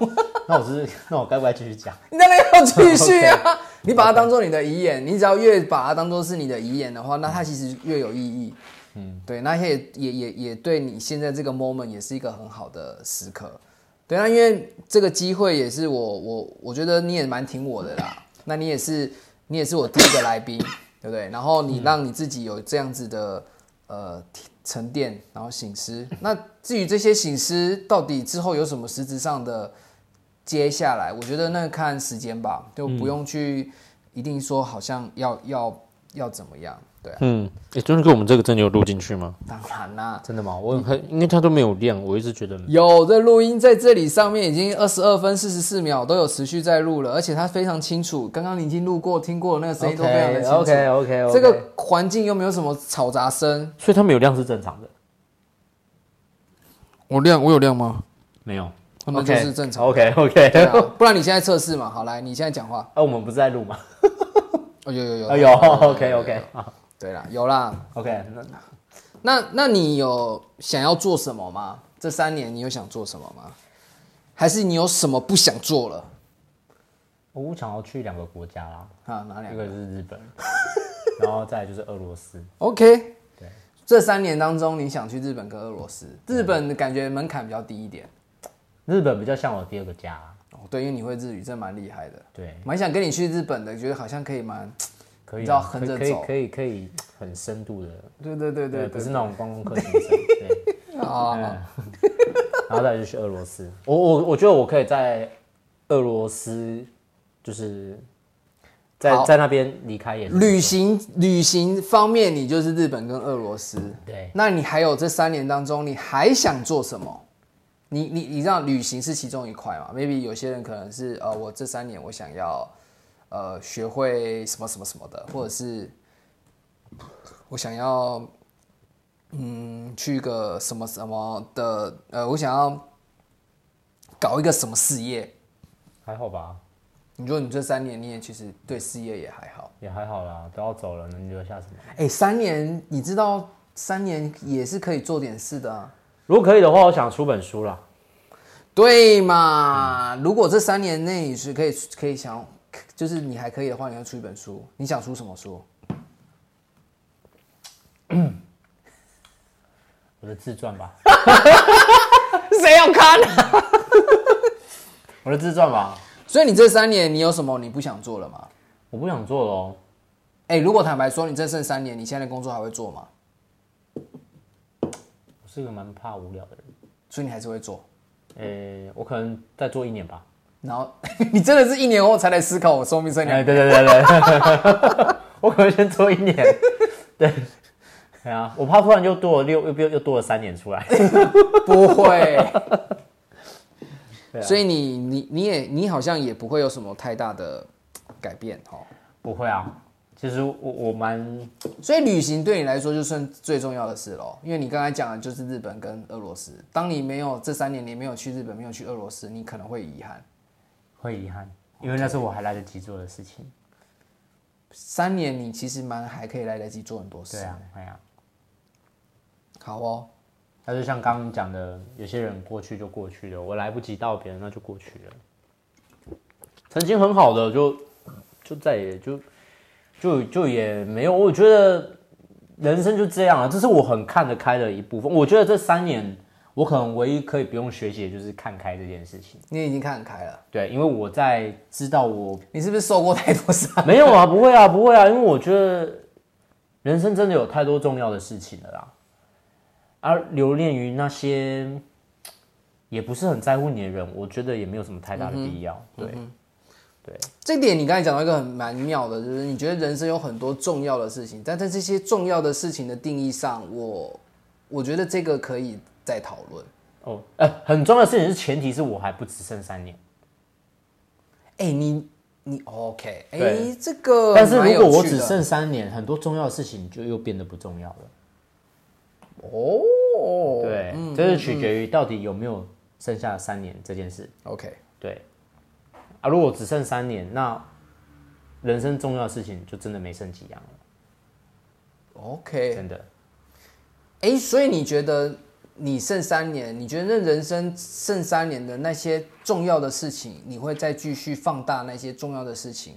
[SPEAKER 2] 那我是那我该不该继续讲？
[SPEAKER 1] 你当然要继续啊！你把它当做你的遗言，你只要越把它当做是你的遗言的话，那它其实越有意义。嗯，对，那也也也也对你现在这个 moment 也是一个很好的时刻。对，那因为这个机会也是我我我觉得你也蛮挺我的啦。那你也是你也是我第一个来宾，对不对？然后你让你自己有这样子的呃沉淀，然后醒思。那至于这些醒思到底之后有什么实质上的接下来，我觉得那看时间吧，就不用去一定说好像要要要怎么样，对啊，
[SPEAKER 3] 嗯，哎，真的跟我们这个真的有录进去吗？
[SPEAKER 1] 当然啦、
[SPEAKER 2] 真的吗？我
[SPEAKER 3] 我很，因为它都没有亮，我一直觉得
[SPEAKER 1] 有这录音在这里上面已经二十二分四十四秒都有持续在录了，而且它非常清楚，刚刚你已经录过听过那个声音都非常的清楚。
[SPEAKER 2] OK OK OK，
[SPEAKER 1] 这个环境又没有什么嘈杂声，
[SPEAKER 3] 所以它没有亮是正常的，
[SPEAKER 1] 我亮我有亮吗？
[SPEAKER 3] 没有。
[SPEAKER 1] 那就是正常。
[SPEAKER 2] OK OK，
[SPEAKER 1] 对啊，不然你现在测试嘛，好来，你现在讲话。
[SPEAKER 2] 啊，我们不是在录吗？
[SPEAKER 1] 哦，有有有，
[SPEAKER 2] 啊，有 OK OK
[SPEAKER 1] 对啦，有啦。
[SPEAKER 2] OK，那
[SPEAKER 1] 那那你有想要做什么吗？这三年你有想做什么吗？还是你有什么不想做了？
[SPEAKER 2] 我想要去两个国家啦，
[SPEAKER 1] 啊，哪两
[SPEAKER 2] 一
[SPEAKER 1] 个
[SPEAKER 2] 个是日本， 然后再来就是俄罗斯。
[SPEAKER 1] ？OK，这三年当中，你想去日本跟俄罗斯？日本的感觉门槛比较低一点。
[SPEAKER 2] 日本比较像我第二个家啦，
[SPEAKER 1] 哦，对，因为你会日语，真蛮厉害的，
[SPEAKER 2] 对，
[SPEAKER 1] 蛮想跟你去日本的，觉得好像可以蛮，
[SPEAKER 2] 可
[SPEAKER 1] 你
[SPEAKER 2] 以
[SPEAKER 1] 知道
[SPEAKER 2] 啊，
[SPEAKER 1] 横
[SPEAKER 2] 可以
[SPEAKER 1] 着
[SPEAKER 2] 可以
[SPEAKER 1] 走
[SPEAKER 2] 可以可以很深度的，
[SPEAKER 1] 对对对
[SPEAKER 2] 对，
[SPEAKER 1] 对
[SPEAKER 2] 不
[SPEAKER 1] 对
[SPEAKER 2] 是那种观光客行程。对，
[SPEAKER 1] 啊，
[SPEAKER 2] 然后再来就是俄罗斯，我我我觉得我可以在俄罗斯，就是在
[SPEAKER 1] 好
[SPEAKER 2] 在那边离开也是
[SPEAKER 1] 旅行旅行方面，你就是日本跟俄罗斯，
[SPEAKER 2] 对，
[SPEAKER 1] 那你还有这三年当中，你还想做什么？你你你知道旅行是其中一块嘛？maybe 有些人可能是呃，我这三年我想要呃学会什么什么什么的，或者是我想要嗯去一个什么什么的，呃，我想要搞一个什么事业。
[SPEAKER 2] 还好吧，
[SPEAKER 1] 你说你这三年你也其实对事业也还好，
[SPEAKER 2] 也还好啦，都要走了，能留下什么？
[SPEAKER 1] 哎，三年你知道三年也是可以做点事的啊。
[SPEAKER 2] 如果可以的话，我想出本书啦。
[SPEAKER 1] 对嘛？如果这三年内你是可以可以想，就是你还可以的话，你要出一本书。你想出什么书？
[SPEAKER 2] 我的自传吧，
[SPEAKER 1] 谁要看、啊？
[SPEAKER 2] 我的自传吧，
[SPEAKER 1] 所以你这三年你有什么你不想做了吗？
[SPEAKER 2] 我不想做了哦。
[SPEAKER 1] 哎、如果坦白说，你这剩三年，你现在的工作还会做吗？
[SPEAKER 2] 是个蛮怕无聊的人。
[SPEAKER 1] 所以你还是会做。
[SPEAKER 2] 诶、我可能再做一年吧。
[SPEAKER 1] 然后 你真的是一年后才来思考我寿命剩两
[SPEAKER 2] 哎、对对对对， 我可能先做一年。对，对啊，我怕突然又多了六，又又又多了三年出来。
[SPEAKER 1] 不会。所以你你你也你好像也不会有什么太大的改变哦。
[SPEAKER 2] 不会啊，其实我我蛮
[SPEAKER 1] 所以旅行对你来说就算最重要的事喽，因为你刚才讲的就是日本跟俄罗斯。当你没有这三年你没有去日本，没有去俄罗斯，你可能会遗憾。
[SPEAKER 2] 会遗憾，因为那是我还来得及做的事情。
[SPEAKER 1] 三年你其实蛮还可以来得及做很多事。
[SPEAKER 2] 对啊，哎呀、
[SPEAKER 1] 好哦，
[SPEAKER 2] 那就像刚刚讲的，有些人过去就过去了，我来不及道别，那就过去了。曾经很好的，就就再也就就就也没有。我觉得人生就这样了，啊这是我很看得开的一部分。我觉得这三年，我可能唯一可以不用学习，的就是看开这件事情。
[SPEAKER 1] 你已经看很开了。
[SPEAKER 2] 对，因为我在知道我
[SPEAKER 1] 你是不是受过太多伤？
[SPEAKER 2] 没有啊，不会啊，不会啊，因为我觉得人生真的有太多重要的事情了啦，而、留恋于那些嘖也不是很在乎你的人，我觉得也没有什么太大的必要。
[SPEAKER 1] 嗯
[SPEAKER 2] 对，
[SPEAKER 1] 这点你刚才讲到一个很蛮妙的，就是你觉得人生有很多重要的事情，但在这些重要的事情的定义上，我我觉得这个可以再讨论。
[SPEAKER 2] 哦，呃，很重要的事情是前提是我还不只剩三年，
[SPEAKER 1] 哎、你你 OK？哎、
[SPEAKER 2] 对
[SPEAKER 1] 这个
[SPEAKER 2] 但是
[SPEAKER 1] 蛮
[SPEAKER 2] 如
[SPEAKER 1] 有
[SPEAKER 2] 果我
[SPEAKER 1] 趣
[SPEAKER 2] 只
[SPEAKER 1] 的
[SPEAKER 2] 剩三年，很多重要的事情就又变得不重要了。
[SPEAKER 1] 哦，
[SPEAKER 2] 对，这是取决于到底有没有剩下三年这件事。
[SPEAKER 1] ，OK，
[SPEAKER 2] 对，啊，如果只剩三年，那人生重要的事情就真的没剩几样了，
[SPEAKER 1] OK，
[SPEAKER 2] 真的。
[SPEAKER 1] 哎、所以你觉得你剩三年，你觉得那人生剩三年的那些重要的事情，你会再继续放大那些重要的事情，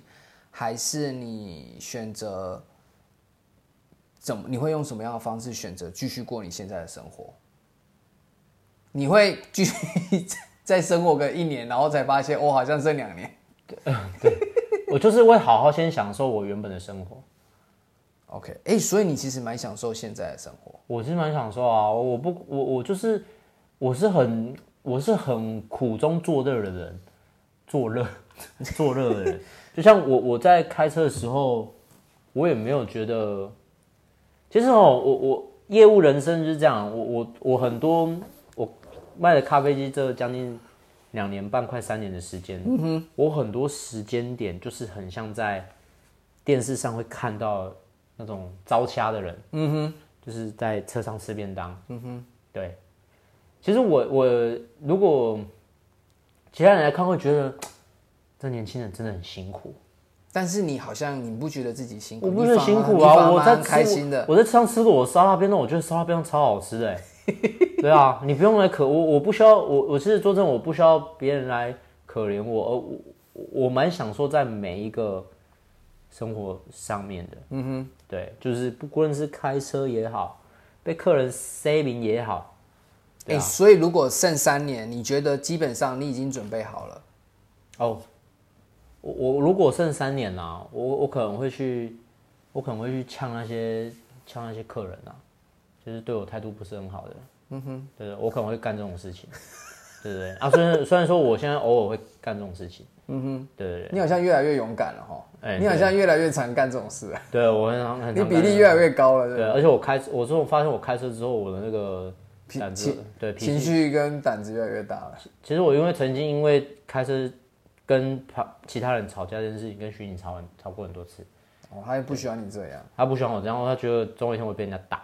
[SPEAKER 1] 还是你选择怎么？你会用什么样的方式选择继续过你现在的生活？你会继续再生活个一年，然后才发现我、哦好像剩两年。
[SPEAKER 2] 我就是会好好先享受我原本的生活。
[SPEAKER 1] OK，哎、所以你其实蛮享受现在的生活。
[SPEAKER 2] 我是蛮享受啊，我不，我我就是，我是很，我是很苦中作乐的人，作乐， 作乐的人。就像我我在开车的时候，我也没有觉得，其实哦，我我业务人生就是这样，我我我很多我卖了咖啡机这将近两年半快三年的时间，我很多时间点就是很像在电视上会看到那种招掐的人，嗯哼，就是在车上吃便当，嗯哼，对。其实我我如果其他人来看会觉得这年轻人真的很辛苦，
[SPEAKER 1] 但是你好像你不觉得自己辛苦，
[SPEAKER 2] 我不
[SPEAKER 1] 你
[SPEAKER 2] 是
[SPEAKER 1] 反而
[SPEAKER 2] 辛苦
[SPEAKER 1] 你反
[SPEAKER 2] 啊，
[SPEAKER 1] 而
[SPEAKER 2] 我在
[SPEAKER 1] 蛮
[SPEAKER 2] 吃
[SPEAKER 1] 开心的。
[SPEAKER 2] 我在车上吃过我的烧腊便当，我觉得烧腊便当超好吃的、 欸。对啊，你不用来可我，我不需要我，我是做真的，我不需要别人来可怜我，而我我蛮享受在每一个生活上面的。嗯哼，对，就是不论是开车也好，被客人 saving 也好，啊
[SPEAKER 1] 哎、所以如果剩三年，你觉得基本上你已经准备好了？
[SPEAKER 2] 哦，我我如果剩三年啦、我我可能会去，我可能会去呛那些呛那些客人啊，就是对我态度不是很好的，嗯哼，对对，我可能会干这种事情，对对对啊，虽然虽然说我现在偶尔会干这种事情，嗯哼，对对对，
[SPEAKER 1] 你好像越来越勇敢了哈、
[SPEAKER 2] 哎
[SPEAKER 1] 你好像越来越常干这种事了，
[SPEAKER 2] 对我很常很
[SPEAKER 1] 你
[SPEAKER 2] 常
[SPEAKER 1] 比
[SPEAKER 2] 干
[SPEAKER 1] 例
[SPEAKER 2] 这
[SPEAKER 1] 越来
[SPEAKER 2] 种
[SPEAKER 1] 越高了，对不
[SPEAKER 2] 对，啊
[SPEAKER 1] 对
[SPEAKER 2] 而且我开我说我发现我开车之后我的那个
[SPEAKER 1] 脾
[SPEAKER 2] 胆子
[SPEAKER 1] 情
[SPEAKER 2] 对脾
[SPEAKER 1] 情
[SPEAKER 2] 气
[SPEAKER 1] 绪跟胆子越来越大了。
[SPEAKER 2] 其实我因为曾经因为开车跟旁其他人吵架这件事情跟徐颖吵很吵过很多次，
[SPEAKER 1] 哦，他也不喜欢你这样，
[SPEAKER 2] 他不喜欢我这样，他觉得总有一天我会被人家打。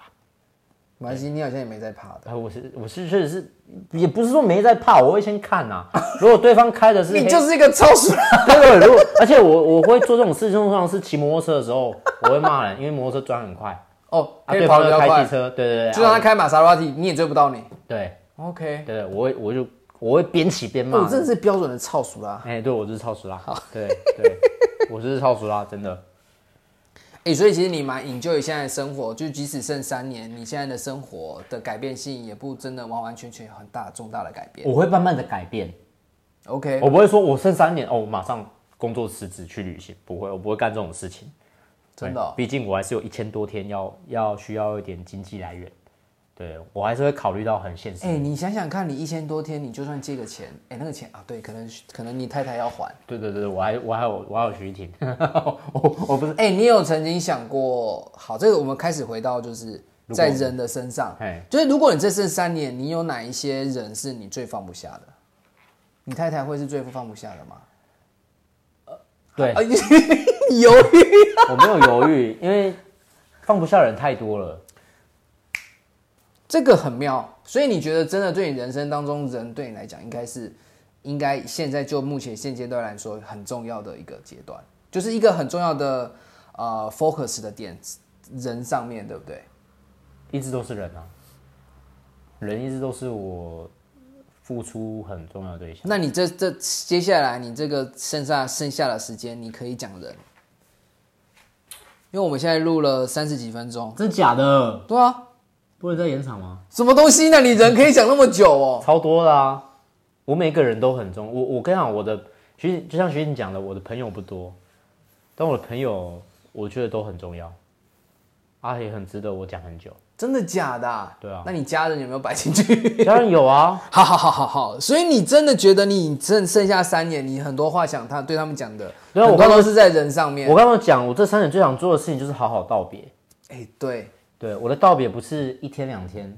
[SPEAKER 1] 没关系，你好像也没在怕 的，
[SPEAKER 2] 啊，我是我是确实是，也不是说没在怕，我会先 看呐、如果对方开的是黑，
[SPEAKER 1] 你就是一个超熟 人。
[SPEAKER 2] 对对，如果而且我我会做这种事情，通常是骑摩托车的时候，我会骂人，因为摩托车转很快，
[SPEAKER 1] 哦，
[SPEAKER 2] 啊，
[SPEAKER 1] 可以
[SPEAKER 2] 对
[SPEAKER 1] 跑得
[SPEAKER 2] 方
[SPEAKER 1] 比较
[SPEAKER 2] 又开汽
[SPEAKER 1] 快，
[SPEAKER 2] 车，对对对，
[SPEAKER 1] 就算他
[SPEAKER 2] 啊
[SPEAKER 1] 开玛莎拉蒂，你也追不到你。
[SPEAKER 2] 对
[SPEAKER 1] OK，
[SPEAKER 2] 对对，我会我就我会边骑边
[SPEAKER 1] 我
[SPEAKER 2] 骂
[SPEAKER 1] 真
[SPEAKER 2] 人，
[SPEAKER 1] 哦的是标准的啊超熟啦。
[SPEAKER 2] 哎、对我就是超熟啦，对对，我就是超熟啦，真的，
[SPEAKER 1] 哎、所以其实你蛮 enjoy 现在的生活，就即使剩三年，你现在的生活的改变性也不真的完完全全有很大重大的改变。
[SPEAKER 2] 我会慢慢的改变，
[SPEAKER 1] OK，
[SPEAKER 2] 我不会说我剩三年哦，我马上工作辞职去旅行，不会，我不会干这种事情。
[SPEAKER 1] 真的哦、
[SPEAKER 2] 对毕竟我还是有一千多天要要需要一点经济来源。对我还是会考虑到很现实。
[SPEAKER 1] 哎、你想想看，你一千多天，你就算借个钱，哎、那个钱啊，对，可能可能你太太要还。
[SPEAKER 2] 对对对，我还我还有我还有徐婷，我我不是
[SPEAKER 1] 哎、你有曾经想过？好，这个我们开始回到就是
[SPEAKER 2] 如果
[SPEAKER 1] 在人的身上
[SPEAKER 2] 嘿，
[SPEAKER 1] 就是如果你这这三年，你有哪一些人是你最放不下的？你太太会是最放不下的吗？
[SPEAKER 2] 对
[SPEAKER 1] 啊，，你犹豫。
[SPEAKER 2] 我没有犹豫，因为放不下人太多了。
[SPEAKER 1] 这个很妙。所以你觉得真的对你人生当中，人对你来讲应该是，应该现在就目前现阶段来说很重要的一个阶段，就是一个很重要的呃 focus 的点，人上面对不对？
[SPEAKER 2] 一直都是人啊，人一直都是我付出很重要的对象。
[SPEAKER 1] 那你这这接下来你这个剩下剩下的时间，你可以讲人，因为我们现在录了三十几分钟，
[SPEAKER 2] 真假的？
[SPEAKER 1] 对啊，
[SPEAKER 2] 不能再延长吗？
[SPEAKER 1] 什么东西呢？你人可以讲那么久哦，
[SPEAKER 2] 超多啦、我每个人都很重。我我跟你讲，我的其实就像学姐讲的，我的朋友不多，但我的朋友我觉得都很重要，啊，也很值得我讲很 久。
[SPEAKER 1] 真的假的、
[SPEAKER 2] 对啊
[SPEAKER 1] 那你家人有没有摆进去？
[SPEAKER 2] 当然有啊，
[SPEAKER 1] 好好好好好，所以你真的觉得你剩剩下三年，你很多话想他对他们讲的，
[SPEAKER 2] 对啊
[SPEAKER 1] 很多
[SPEAKER 2] 我刚刚
[SPEAKER 1] 都是在人上面
[SPEAKER 2] 我。刚刚讲，我这三点最想做的事情就是好好道别。
[SPEAKER 1] 哎、对，
[SPEAKER 2] 对，我的道别不是一天两天，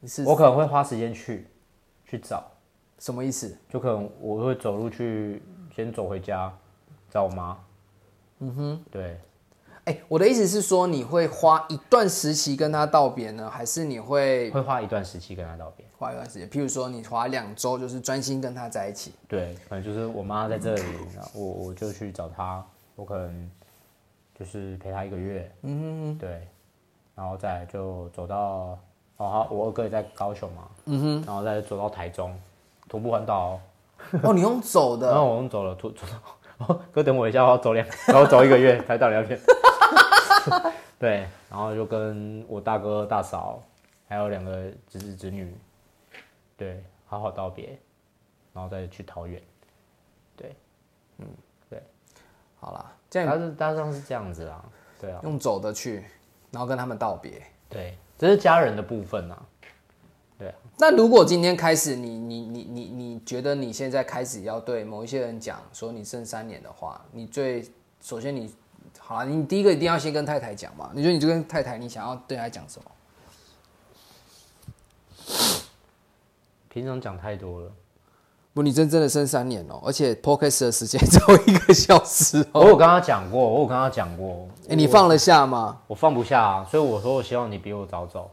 [SPEAKER 1] 你是
[SPEAKER 2] 我可能会花时间去去找，
[SPEAKER 1] 什么意思？
[SPEAKER 2] 就可能我会走路去，先走回家找我妈。嗯哼，对，
[SPEAKER 1] 哎、我的意思是说，你会花一段时期跟他道别呢，还是你会
[SPEAKER 2] 会花一段时期跟她道别。
[SPEAKER 1] 花一段时间？譬如说，你花两周，就是专心跟他在一起。
[SPEAKER 2] 对，可能就是我妈在这里，然后我我就去找她，我可能就是陪她一个月，嗯哼，对，然后再来就走到哦，好我二哥也在高雄嘛，嗯哼，然后再走到台中，徒步环岛哦、
[SPEAKER 1] 哦，你用走
[SPEAKER 2] 然
[SPEAKER 1] 的，
[SPEAKER 2] 后我们走了，走走到，哦，哥等我一下，我要走两，然后走一个月才到聊天。 对，然后就跟我大哥、大嫂，还有两个侄子侄女，对，好好道别，然后再去桃园。对，
[SPEAKER 1] 好啦，这
[SPEAKER 2] 大
[SPEAKER 1] 样
[SPEAKER 2] 致大致上是这样子啦。对啊，
[SPEAKER 1] 用走的去，然后跟他们道别。
[SPEAKER 2] 对，这是家人的部分啊。对啊，
[SPEAKER 1] 那如果今天开始你，你你你你觉得你现在开始要对某一些人讲说你剩三年的话，你最首先你好了，你第一个一定要先跟太太讲嘛。你觉得你就跟太太，你想要对她讲什么？
[SPEAKER 2] 平常讲太多了。
[SPEAKER 1] 不，你真正的剩三年哦、而且 podcast 的时间只有一个小时哦、
[SPEAKER 2] 我有跟他讲过，我有跟他讲过，
[SPEAKER 1] 哎、你放得下吗？
[SPEAKER 2] 我放不下啊，所以我说我希望你比我早走。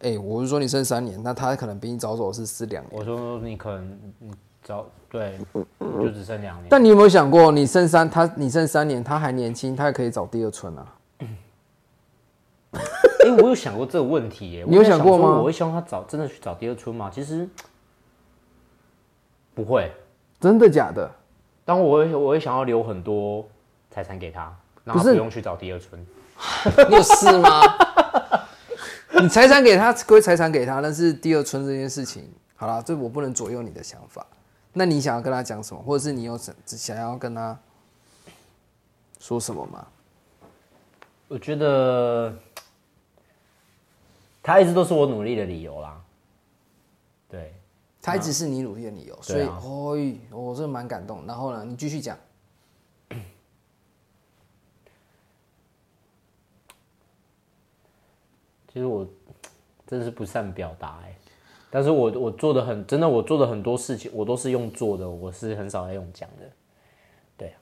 [SPEAKER 1] 哎、我是说你剩三年，那他可能比你早走是是两年。
[SPEAKER 2] 我说你可能你早对，就只剩两年。
[SPEAKER 1] 嗯但你有没有想过，你剩三他你剩三年，他还年轻，他也可以找第二春啊。
[SPEAKER 2] 哎、我有想过这个问题耶，
[SPEAKER 1] 你有想过吗
[SPEAKER 2] 我在说我会希望他找真的去找第二春吗？其实不会，
[SPEAKER 1] 真的假的？
[SPEAKER 2] 但我会我会想要留很多财产给他，让他
[SPEAKER 1] 不是
[SPEAKER 2] 不用去找第二春。
[SPEAKER 1] 你有事吗？你财产给他归财产给他，但是第二春这件事情，好啦，这我不能左右你的想法。那你想要跟他讲什么，或者是你有想想要跟他说什么吗？
[SPEAKER 2] 我觉得他一直都是我努力的理由啦。对，
[SPEAKER 1] 他一直是你努力的理由，所以，
[SPEAKER 2] 对啊
[SPEAKER 1] 哦，哎我真的蛮感动。然后呢，你继续讲，
[SPEAKER 2] 其实我真的是不善表达哎、但是我我做的很真的，我做的很多事情我都是用做的，我是很少在用讲的。对啊，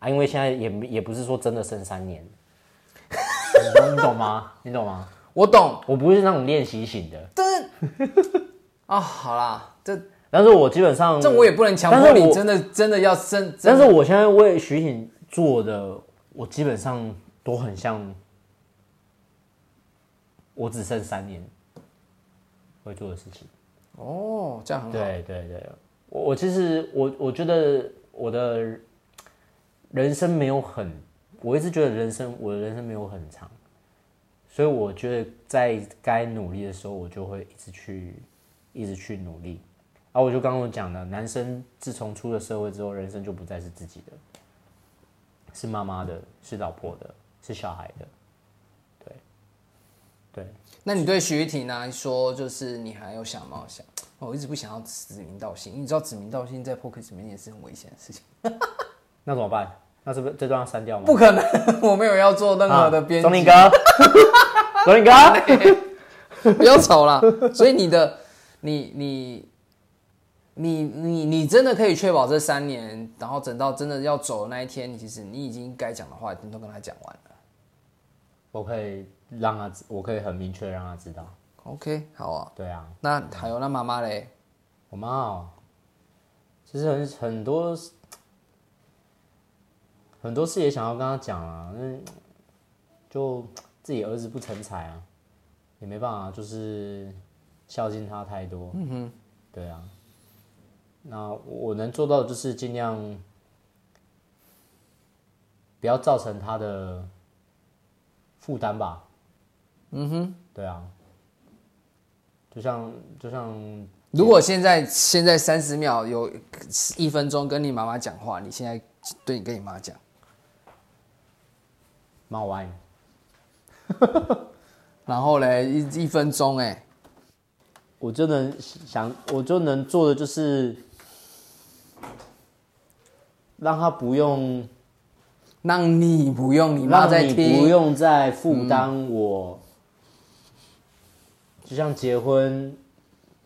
[SPEAKER 2] 啊，因为现在也也不是说真的剩三年，你懂你懂吗？你懂吗？
[SPEAKER 1] 我懂。
[SPEAKER 2] 我不是那种练习型的，
[SPEAKER 1] 但是啊、好啦，这
[SPEAKER 2] 但是我基本上
[SPEAKER 1] 这我也不能强
[SPEAKER 2] 但
[SPEAKER 1] 迫
[SPEAKER 2] 是
[SPEAKER 1] 你，
[SPEAKER 2] 我
[SPEAKER 1] 真的真的要真，
[SPEAKER 2] 但
[SPEAKER 1] 真的
[SPEAKER 2] 是我现在为徐颖做的，我基本上都很像，我只剩三年会做的事情。
[SPEAKER 1] 哦，这样很好。
[SPEAKER 2] 对对对，我我其实我我觉得我的人生没有很，我一直觉得人生我的人生没有很长，所以我觉得在该努力的时候，我就会一直去一直去努力。啊，我就刚刚我讲的，男生自从出了社会之后，人生就不再是自己的，是妈妈的，是老婆的，是小孩的，对，对，
[SPEAKER 1] 那你对徐玉婷来说，就是你还有想冒险？我一直不想要指名道姓，因为你知道指名道姓在 p o c k e t 里面也是很危险的事情。
[SPEAKER 2] 那怎么办？那是不是这段要删掉吗？
[SPEAKER 1] 不可能，我没有要做任何的编
[SPEAKER 2] 钟林
[SPEAKER 1] 辑，
[SPEAKER 2] 啊 哥，钟林哥，
[SPEAKER 1] 不要吵啦。所以你的，你你你你你真的可以确保这三年，然后等到真的要走的那一天，其实你已经该讲的话已经都跟他讲完了。
[SPEAKER 2] 我可以让他知，我可以很明确地让他知道。
[SPEAKER 1] OK，好啊。
[SPEAKER 2] 对啊，
[SPEAKER 1] 那还有那妈妈嘞？
[SPEAKER 2] 我妈哦，其实很很多很多事也想要跟她讲啊，那就自己儿子不成才啊，也没办法，就是孝敬他太多。嗯哼，对啊。那我能做到的就是尽量不要造成他的负担吧。嗯哼，对啊。就像就像
[SPEAKER 1] 如果现在现在三十秒有一分钟跟你妈妈讲话，你现在对你跟你妈讲，
[SPEAKER 2] 妈，我爱你。
[SPEAKER 1] 然后嘞一一分钟哎、
[SPEAKER 2] 我就能想，我就能做的就是让他不用，
[SPEAKER 1] 让你不用你妈
[SPEAKER 2] 让
[SPEAKER 1] 在
[SPEAKER 2] 你不
[SPEAKER 1] 听，嗯
[SPEAKER 2] 用再负担我。就像结婚，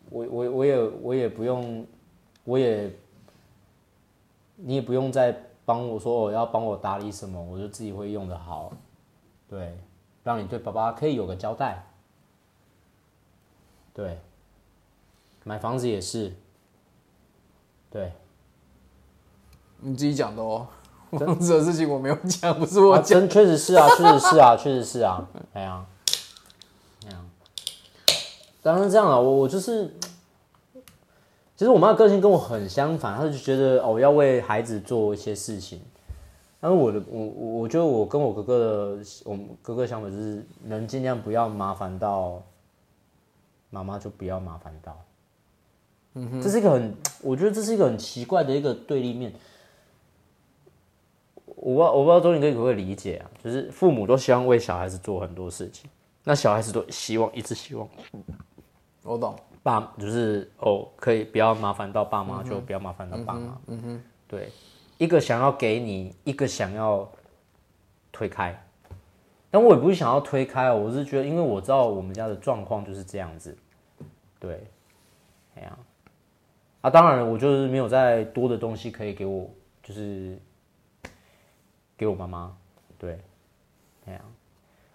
[SPEAKER 2] 我我我也我也不用，我也你也不用再帮我说我、哦、要帮我打理什么，我就自己会用的好。对，让你对爸爸可以有个交代。对，买房子也是。对，
[SPEAKER 1] 你自己讲的哦。房子的事情我没有讲，不是我
[SPEAKER 2] 啊，
[SPEAKER 1] 讲。
[SPEAKER 2] 真确实是啊，确实是啊，确实是啊，哎呀，哎呀，当然是这样啊，我我就是，其实我妈的个性跟我很相反，她就觉得哦要为孩子做一些事情，但是我的我我我觉得我跟我哥哥的我们哥哥相反，就是能尽量不要麻烦到妈妈就不要麻烦到，嗯哼，这是一个很，我觉得这是一个很奇怪的一个对立面。我不知道我不知道周林哥可不可以理解啊，就是父母都希望为小孩子做很多事情，那小孩子都希望一直希望
[SPEAKER 1] 我懂，
[SPEAKER 2] 爸就是哦可以不要麻烦到爸妈，就不要麻烦到爸妈、嗯。哼，对，一个想要给你，一个想要推开，但我也不是想要推开哦，我是觉得因为我知道我们家的状况就是这样子，对，哎呀、啊，当然了，我就是没有再多的东西可以给我，就是给我妈妈，对，哎呀、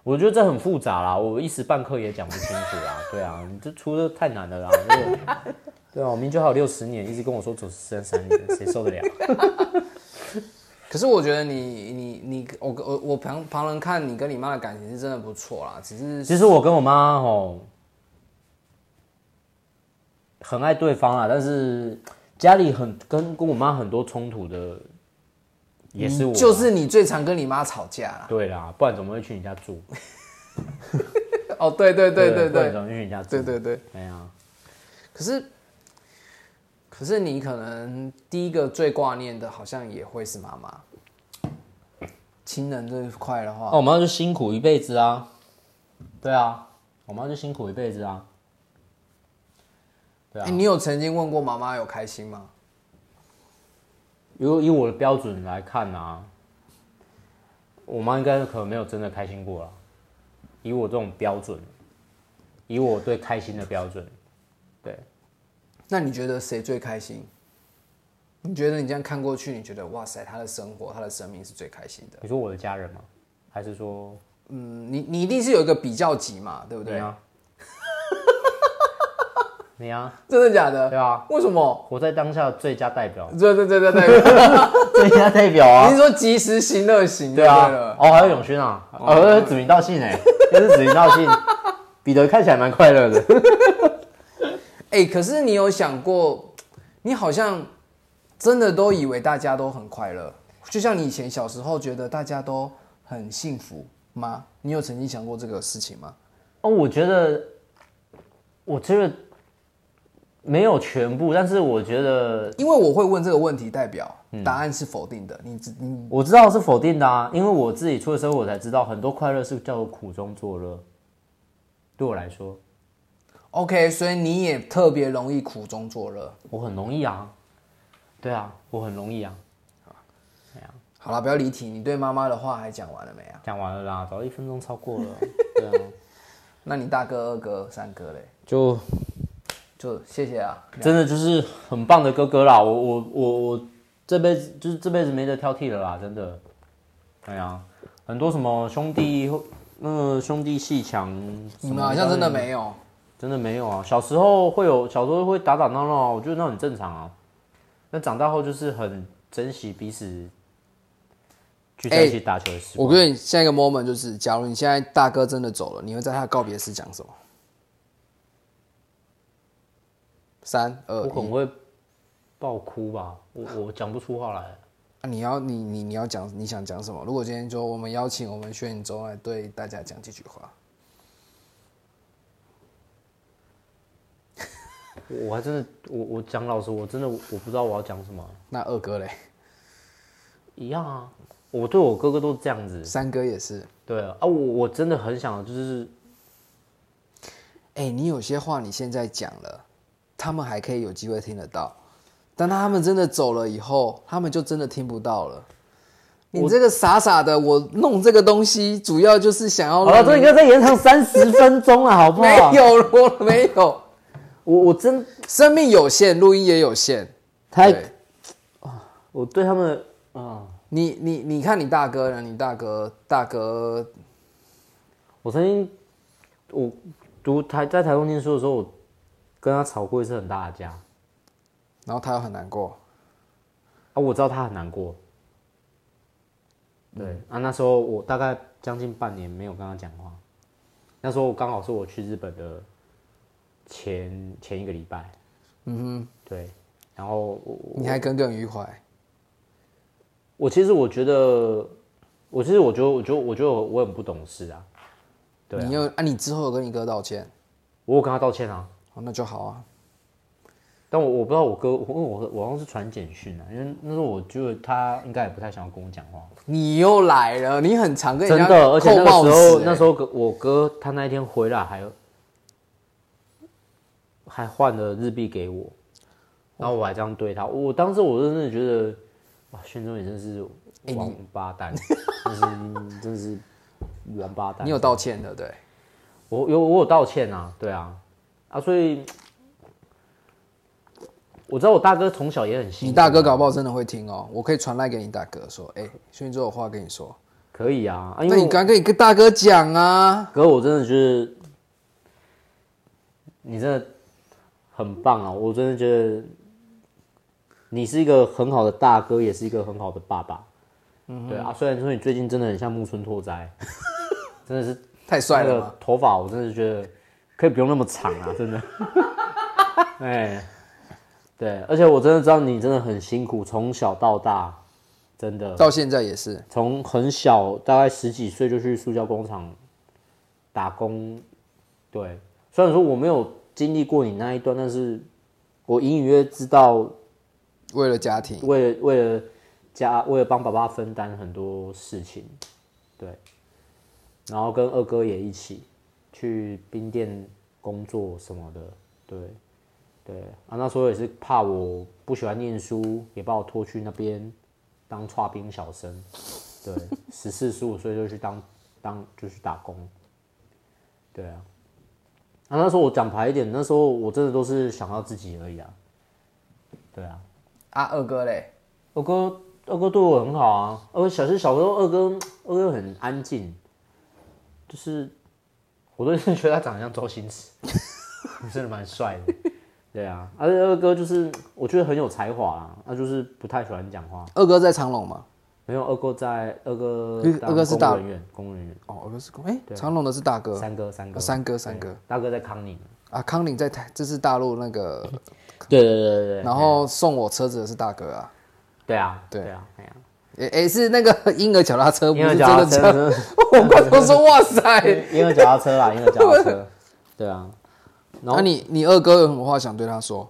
[SPEAKER 2] 我觉得这很复杂啦，我一时半刻也讲不清楚 啦。对啊，你这出的太难了啦。这个对啊，我明就还有六十年，一直跟我说走十三年，谁 受得了？
[SPEAKER 1] 可是我觉得你你你我我我旁旁人看你跟你妈的感情是真的不错啦，只是
[SPEAKER 2] 其实我跟我妈吼很爱对方啦，但是家里很跟跟我妈很多冲突的，也是我啊啦
[SPEAKER 1] 嗯就是你最常跟你妈吵架啦。
[SPEAKER 2] 对啦，不然怎么会去你家住？
[SPEAKER 1] 哦，对对对对
[SPEAKER 2] 不然
[SPEAKER 1] 对
[SPEAKER 2] 怎么会去你家住？
[SPEAKER 1] 对对对。
[SPEAKER 2] 哎呀，
[SPEAKER 1] 可是可是你可能第一个最挂念的，好像也会是妈妈。亲人这一块的话，
[SPEAKER 2] 啊那我妈就辛苦一辈子啊。对啊，我妈就辛苦一辈子啊。对啊啊
[SPEAKER 1] 哎、。你有曾经问过妈妈有开心吗？
[SPEAKER 2] 如以我的标准来看啊，我妈应该可能没有真的开心过啦。以我这种标准，以我对开心的标准，对
[SPEAKER 1] 那你觉得谁最开心？你觉得你这样看过去，你觉得哇塞，他的生活，他的生命是最开心的。
[SPEAKER 2] 你说我的家人吗？还是说
[SPEAKER 1] 嗯，你你一定是有一个比较级嘛，对不
[SPEAKER 2] 你
[SPEAKER 1] 对？
[SPEAKER 2] 啊？ 你啊，
[SPEAKER 1] 真的假的？
[SPEAKER 2] 对啊，
[SPEAKER 1] 为什么？，
[SPEAKER 2] 活在当下的最佳代表
[SPEAKER 1] 对对对对 对，
[SPEAKER 2] 最佳代表
[SPEAKER 1] 你
[SPEAKER 2] 啊，
[SPEAKER 1] 是说及时行乐型就
[SPEAKER 2] 对
[SPEAKER 1] 对
[SPEAKER 2] 啊
[SPEAKER 1] 了，。
[SPEAKER 2] 哦，还有永勋啊，哦，指名道姓哎，这是指名道姓， 彼得看起来蛮快乐的。
[SPEAKER 1] 哎、可是你有想过，你好像真的都以为大家都很快乐，就像你以前小时候觉得大家都很幸福吗？你有曾经想过这个事情吗？
[SPEAKER 2] 哦，我觉得，我觉得没有全部，但是我觉得
[SPEAKER 1] 因为我会问这个问题，代表
[SPEAKER 2] 嗯
[SPEAKER 1] 答案是否定的。你只你
[SPEAKER 2] 我知道是否定的啊，因为我自己出了社会，我才知道很多快乐是叫做苦中作乐。对我来说，
[SPEAKER 1] OK，所以你也特别容易苦中作乐。
[SPEAKER 2] 我很容易啊，对啊，我很容易啊。
[SPEAKER 1] 好了，不要离题。你对妈妈的话还讲完了没啊？
[SPEAKER 2] 讲完了啦，早一分钟超过了，对啊，
[SPEAKER 1] 那你大哥、二哥、三哥嘞，
[SPEAKER 3] 就
[SPEAKER 1] 就谢谢啊。
[SPEAKER 2] 真的就是很棒的哥哥啦，我我我我这辈子就是这辈子没得挑剔了啦，真的。哎呀，很多什么兄弟那个兄弟戏强，
[SPEAKER 1] 你们好像真的没有，
[SPEAKER 2] 真的没有啊。小时候会有，小时候会打打闹闹啊，我觉得那很正常啊。那长大后就是很珍惜彼此聚在一起打球的时
[SPEAKER 1] 哎
[SPEAKER 2] 光。
[SPEAKER 1] 我跟你下一个 moment 就是，假如你现在大哥真的走了，你会在他的告别式讲什么？三二
[SPEAKER 2] 我
[SPEAKER 1] 一，
[SPEAKER 2] 很会爆哭吧，我我讲不出话来。
[SPEAKER 1] 啊你要你你你要讲你想讲什么？如果今天说我们邀请我们薛颖洲来对大家讲几句话，
[SPEAKER 2] 我我还真的，我我讲老实，我真的我我不知道我要讲什么，
[SPEAKER 1] 那二哥嘞，
[SPEAKER 2] 一样啊。我对我哥哥都是这样子，
[SPEAKER 1] 三哥也是。
[SPEAKER 2] 对啊，啊我我真的很想就是
[SPEAKER 1] 哎、你有些话你现在讲了，他们还可以有机会听得到，但他们真的走了以后，他们就真的听不到了。你这个傻傻的，我弄这个东西主要就是想要
[SPEAKER 2] 好了，
[SPEAKER 1] 让
[SPEAKER 2] 这
[SPEAKER 1] 你
[SPEAKER 2] 应该再延长三十分钟 了，好不
[SPEAKER 1] 没
[SPEAKER 2] 好？
[SPEAKER 1] 有了，我 没有，
[SPEAKER 2] 我我真
[SPEAKER 1] 生命有限，录音也有限。
[SPEAKER 2] 太
[SPEAKER 1] 对
[SPEAKER 2] 我对他们啊、
[SPEAKER 1] 你你你看你大哥呢？你大哥大哥
[SPEAKER 2] 我曾经我读台在台东念书的时候，我跟他吵过一次很大的架啊，
[SPEAKER 1] 然后他又很难过，
[SPEAKER 2] 啊我知道他很难过。对、啊，那时候我大概将近半年没有跟他讲话，那时候刚好是我去日本的前前一个礼拜，嗯哼，对，然后我
[SPEAKER 1] 你还耿耿于怀。
[SPEAKER 2] 我其实我觉得，我其实我觉得，我觉得，我觉得我很不懂事啊。对啊
[SPEAKER 1] 你又啊，你之后有跟你哥道歉，
[SPEAKER 2] 我有跟他道歉啊，
[SPEAKER 1] 哦，那就好啊。
[SPEAKER 2] 但我我不知道我哥，我因为我我好像是传简讯啊，因为那时候我觉得他应该也不太想要跟我讲话。
[SPEAKER 1] 你又来了，你很常跟人
[SPEAKER 2] 真
[SPEAKER 1] 家
[SPEAKER 2] 的，而且
[SPEAKER 1] 扣
[SPEAKER 2] 那
[SPEAKER 1] 帽
[SPEAKER 2] 个
[SPEAKER 1] 子、
[SPEAKER 2] 时候，那
[SPEAKER 1] 欸
[SPEAKER 2] 时候哥我哥他那一天回来还还换了日币给我，然后我还这样对他，我当时我真的觉得，哇，宣宗也真是王八蛋，真是真是王八蛋。
[SPEAKER 1] 哎 你有道歉的，对。
[SPEAKER 2] 我有我有道歉啊，对啊，啊，所以我知道我大哥从小也很辛苦，
[SPEAKER 1] 你大哥搞不好真的会听哦，我可以传赖给你大哥说，哎、所以你这有话跟你说，
[SPEAKER 2] 可以啊，啊，因
[SPEAKER 1] 那
[SPEAKER 2] 为
[SPEAKER 1] 你
[SPEAKER 2] 我
[SPEAKER 1] 赶紧跟大哥讲啊。
[SPEAKER 2] 哥我真的觉得你真的很棒啊，我真的觉得你是一个很好的大哥，也是一个很好的爸爸，
[SPEAKER 1] 嗯
[SPEAKER 2] 对啊，虽然说你最近真的很像木村拓哉， 真的是
[SPEAKER 1] 太帅
[SPEAKER 2] 那
[SPEAKER 1] 了
[SPEAKER 2] 个
[SPEAKER 1] 嘛！
[SPEAKER 2] 头发，我真的觉得可以不用那么长啊，真的。 哎，对，而且我真的知道你真的很辛苦，从小到大，真的
[SPEAKER 1] 到现在也是，
[SPEAKER 2] 从很小，大概十几岁就去塑胶工厂打工。对，虽然说我没有经历过你那一段，但是我隐隐约知道
[SPEAKER 1] 为了家庭，
[SPEAKER 2] 为了为了家，为了帮爸爸分担很多事情，对。然后跟二哥也一起去冰店工作什么的，对，对啊，那时候也是怕我不喜欢念书，也把我拖去那边当差兵小生，对，十四十五岁就去当当就去打工，对啊，啊那时候我讲白一点，那时候我真的都是想要自己而已啊，对啊，
[SPEAKER 1] 啊，二哥嘞，
[SPEAKER 2] 二哥，二哥对我很好啊。二哥小是小时候，二哥二哥很安静，就是我都是觉得他长得像周星驰， 真的蛮帅的。对啊，而且二哥就是我觉得很有才华啊，他就是不太喜欢讲话。
[SPEAKER 1] 二哥在长隆嘛？
[SPEAKER 2] 没有二哥在二哥
[SPEAKER 1] 二哥
[SPEAKER 2] 当
[SPEAKER 1] 二哥是大
[SPEAKER 2] 公务人员，公务人员
[SPEAKER 1] 哦，二哥是哎、长隆的是大哥
[SPEAKER 2] 三哥三哥
[SPEAKER 1] 哦三哥三哥，
[SPEAKER 2] 大哥在康宁。
[SPEAKER 1] 啊，康宁在台，这是大陆那个，
[SPEAKER 2] 对对对对
[SPEAKER 1] 然后送我车子的是大哥啊，
[SPEAKER 2] 对啊
[SPEAKER 1] 对
[SPEAKER 2] 对啊哎呀，
[SPEAKER 1] 哎、哎是那个 婴儿脚踏车，不
[SPEAKER 2] 因为
[SPEAKER 1] 是
[SPEAKER 2] 脚
[SPEAKER 1] 真
[SPEAKER 2] 踏
[SPEAKER 1] 的 车。
[SPEAKER 2] 车，
[SPEAKER 1] 我刚刚说哇塞，
[SPEAKER 2] 因为脚踏车啦，因为脚踏 车，对啊。
[SPEAKER 1] 那、你你二哥有什么话想对他说？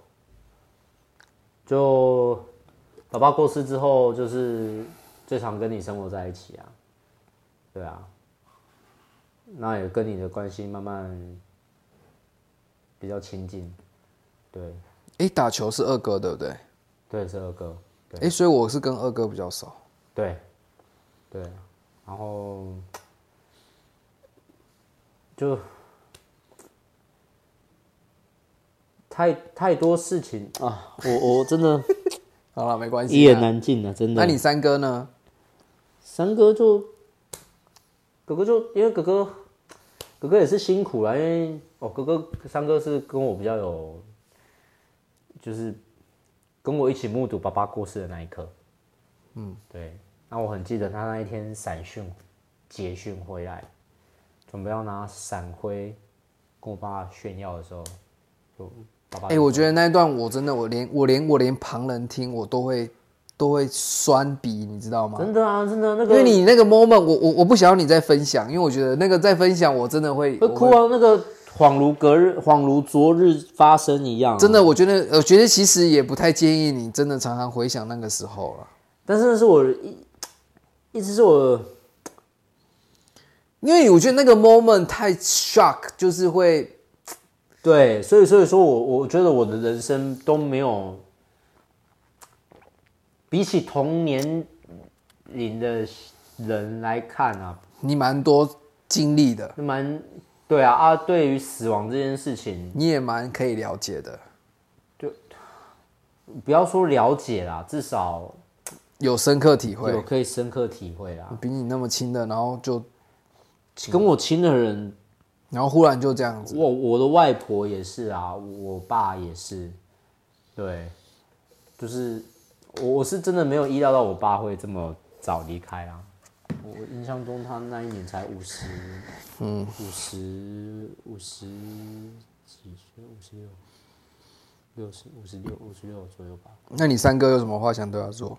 [SPEAKER 2] 就爸爸过世之后，就是最常跟你生活在一起啊，对啊，那也跟你的关系慢慢比较亲近。对，
[SPEAKER 1] 诶，打球是二哥对不对？
[SPEAKER 2] 对，是二哥。对，
[SPEAKER 1] 诶，所以我是跟二哥比较熟。
[SPEAKER 2] 对，对，然后就太太多事情啊，我我真 的
[SPEAKER 1] 好了，没关
[SPEAKER 2] 一
[SPEAKER 1] 系
[SPEAKER 2] 言
[SPEAKER 1] 啊。
[SPEAKER 2] 难尽啊，真的。
[SPEAKER 1] 那你三哥呢？
[SPEAKER 2] 三哥就哥哥就因为哥哥哥哥也是辛苦啦，因为哦哥哥三哥是跟我比较有，就是跟我一起目睹爸爸过世的那一刻。嗯，对。那我很记得他那一天散训结训回来，准备要拿伞徽跟我爸炫耀的时候，就爸爸
[SPEAKER 1] 哎、我觉得那一段我真的，我连我连我连旁人听我都会都会酸鼻，你知道吗？
[SPEAKER 2] 真的啊，真的那
[SPEAKER 1] 因为
[SPEAKER 2] 个
[SPEAKER 1] 你那个 moment，我我我不想要你再分享，因为我觉得那个再分享我真的会
[SPEAKER 2] 会哭啊，那个恍如隔日，恍如昨日发生一样啊、
[SPEAKER 1] 真的，我觉得我觉得其实也不太建议你真的常常回想那个时候了，
[SPEAKER 2] 但是那是我一一直是我
[SPEAKER 1] 因为我觉得那个 moment 太 shock，就是会
[SPEAKER 2] 对，所以所以说我我觉得我的人生都没有，比起同年龄的人来看啊，
[SPEAKER 1] 你蛮多经历的，
[SPEAKER 2] 蛮对啊啊，对于死亡这件事情，
[SPEAKER 1] 你也蛮可以了解的，
[SPEAKER 2] 不要说了解啦，至少
[SPEAKER 1] 有深刻体
[SPEAKER 2] 我
[SPEAKER 1] 会，
[SPEAKER 2] 可以深刻体会啦。
[SPEAKER 1] 比你那么亲的，然后就
[SPEAKER 2] 跟我亲的人
[SPEAKER 1] 然后忽然就这样子，
[SPEAKER 2] 我我的外婆也是啊，我爸也是，对，就是我我是真的没有意料到我爸会这么早离开啊。我我印象中他那一年才五十，嗯，五十五十几岁，五十六，六十五十六五十六左右吧。
[SPEAKER 1] 那你三哥有什么话想对他说？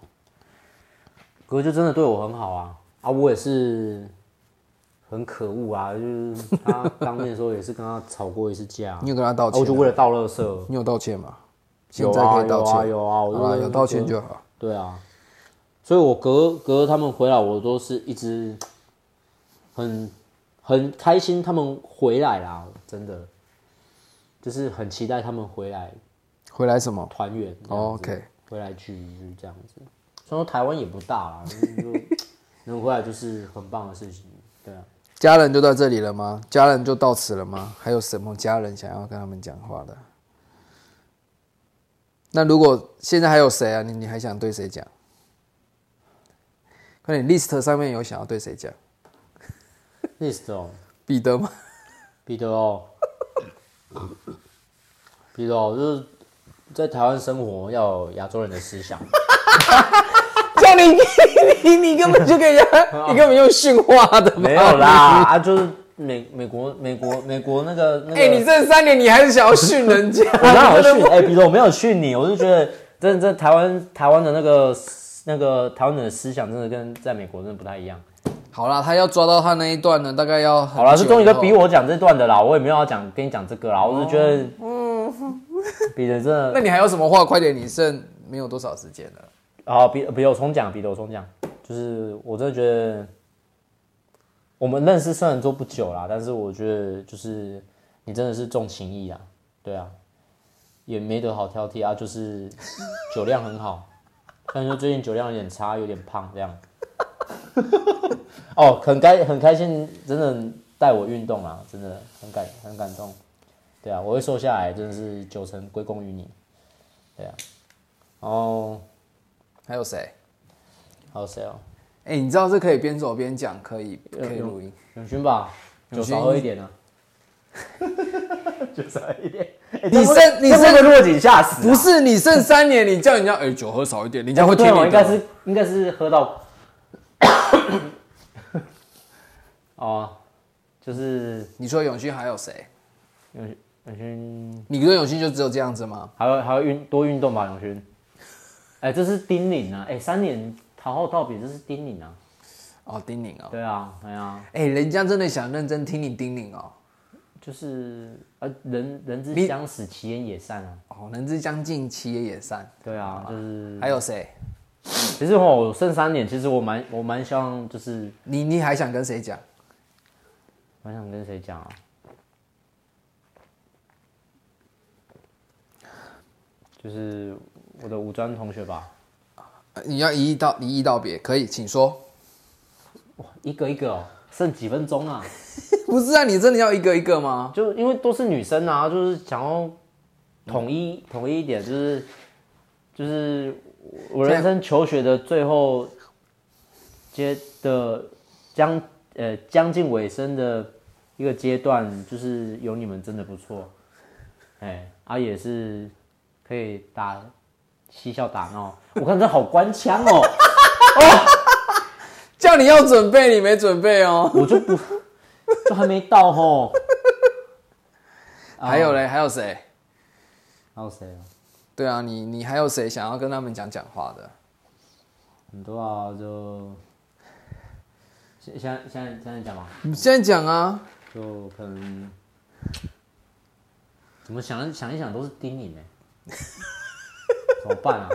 [SPEAKER 2] 哥就真的对我很好啊啊！我也是很可恶啊，就是他当面的时候也是跟他吵过一次架、啊
[SPEAKER 1] 你有跟他道
[SPEAKER 2] 啊，
[SPEAKER 1] 歉
[SPEAKER 2] 我
[SPEAKER 1] 吗、
[SPEAKER 2] 就为了倒垃圾。
[SPEAKER 1] 你有道歉吗？现
[SPEAKER 2] 有
[SPEAKER 1] 在
[SPEAKER 2] 啊
[SPEAKER 1] 可以道歉，
[SPEAKER 2] 有啊有啊，我
[SPEAKER 1] 好啦
[SPEAKER 2] 就
[SPEAKER 1] 有道歉就好。
[SPEAKER 2] 对啊，所以我隔隔他们回来，我都是一直很很开心他们回来啦，真的，就是很期待他们回来
[SPEAKER 1] 回来什么？
[SPEAKER 2] 团圆这样子、
[SPEAKER 1] 哦，OK
[SPEAKER 2] 回来聚一聚这样子。虽然说台湾也不大啦， 就能回来就是很棒的事情，对啊。
[SPEAKER 1] 家人就到这里了吗？家人就到此了吗？还有什么家人想要跟他们讲话的？那如果现在还有谁啊？你你还想对谁讲？快点，list 上面有想要对谁讲？
[SPEAKER 2] list 哦，
[SPEAKER 1] 彼得吗？
[SPEAKER 2] 彼 得哦，彼得哦，就是在台湾生活要有亚洲人的思想。
[SPEAKER 1] 叫你你你根本就给 人家，你根本用训话的嘛
[SPEAKER 2] 啊没有啦，。 啊，就是美美国美国美国那个那个，
[SPEAKER 1] 哎、你这三年你还是想要训人 家？
[SPEAKER 2] 我哪有训？哎，比如我没有训你，我是觉得真的，真的台湾台湾的那个那个台湾人的思想真的跟在美国真的不太一样。
[SPEAKER 1] 好啦，他要抓到他那一段呢，大概要
[SPEAKER 2] 好
[SPEAKER 1] 好
[SPEAKER 2] 啦，是终于都逼我讲这段的啦，我也没有要讲跟你讲这个啦，我是觉得，嗯，
[SPEAKER 1] 哦
[SPEAKER 2] 彼得 真的
[SPEAKER 1] 那你还有什么话？快点，你剩没有多少时间了。
[SPEAKER 2] 好，比比如我重讲，比如我重讲，就是我真的觉得，我们认识虽然说不久啦，但是我觉得就是你真的是重情义啊，对啊，也没得好挑剔啊，就是酒量很好，虽然说最近酒量有点差，有点胖这样。哦，很开很开心，真的带我运动啊，真的很感很感动，对啊，我会瘦下来，真的是九成归功于你，对啊，然后。
[SPEAKER 1] 还有谁？
[SPEAKER 2] 还有谁哦？
[SPEAKER 1] 哎、你知道这可以边走边讲，可以可以录音。
[SPEAKER 2] 永勋吧，酒
[SPEAKER 1] 永勋
[SPEAKER 2] 少喝一 点啊。酒少喝一点，哎
[SPEAKER 1] 你剩你
[SPEAKER 2] 这会
[SPEAKER 1] 剩
[SPEAKER 2] 被落井下石啊、
[SPEAKER 1] 不是你剩三年，你叫人家哎、酒喝少一点，人家会听
[SPEAKER 2] 对，啊
[SPEAKER 1] 你的。
[SPEAKER 2] 我应该是应该是喝到，哦，就是
[SPEAKER 1] 你说永勋还有谁？
[SPEAKER 2] 永永勋，
[SPEAKER 1] 你跟永勋就只有这样子吗？
[SPEAKER 2] 还要还要运多运动吧，永勋。哎，这是叮咛啊！哎，三年讨好到底，这是叮咛啊！
[SPEAKER 1] 哦，叮咛哦，
[SPEAKER 2] 对啊，对啊，
[SPEAKER 1] 哎、人家真的想认真听你叮咛哦。
[SPEAKER 2] 就是呃，人人之
[SPEAKER 1] 你
[SPEAKER 2] 将死，其言也善啊！
[SPEAKER 1] 哦，人之将尽，其言也善。
[SPEAKER 2] 对啊，就是
[SPEAKER 1] 还有谁？
[SPEAKER 2] 其实吼，我剩三年，其实我蛮我蛮想就是
[SPEAKER 1] 你你还想跟谁讲？
[SPEAKER 2] 蛮想跟谁讲啊？就是我的五专同学吧，
[SPEAKER 1] 呃你要一一道一一道别，可以，请说。
[SPEAKER 2] 一个一个哦，剩几分钟啊？
[SPEAKER 1] 不是啊，你真的要一个一个吗？
[SPEAKER 2] 就因为都是女生啊，就是想要统一、统一一点，就是就是我人生求学的最后阶的将呃将近尾声的一个阶段，就是有你们真的不错，哎，啊也是可以打嬉笑打闹，我看这好官腔哦，
[SPEAKER 1] 叫你要准备，你没准备哦。
[SPEAKER 2] 我就不就还没到哦吼，
[SPEAKER 1] 还有嘞，还有谁？
[SPEAKER 2] 还有谁啊？
[SPEAKER 1] 对啊，你你还有谁想要跟他们讲讲话的？
[SPEAKER 2] 很多啊，就现现在现在现在讲嘛，
[SPEAKER 1] 你现在讲啊，
[SPEAKER 2] 就可能怎么想想一想都是叮咛 呢，怎么办啊？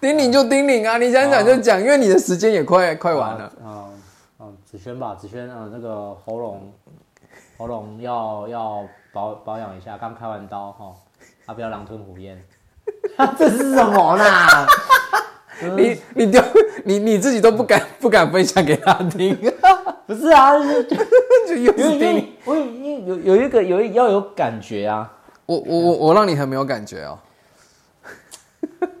[SPEAKER 1] 叮咛就叮咛啊，你想讲就讲，因为你的时间也快快完了。
[SPEAKER 2] 啊啊，子轩吧，子轩啊，那个喉咙喉咙要要保保养一下，刚开完刀哈，啊不要狼吞虎 咽，这是什么啦？
[SPEAKER 1] 你你丢你你自己都不敢不敢分享给他听，
[SPEAKER 2] 不是 啊，就是
[SPEAKER 1] 就又
[SPEAKER 2] 有
[SPEAKER 1] 是叮咛。
[SPEAKER 2] 有我有有一个有一要有感觉啊。
[SPEAKER 1] 我我我我让你很没有感觉哦。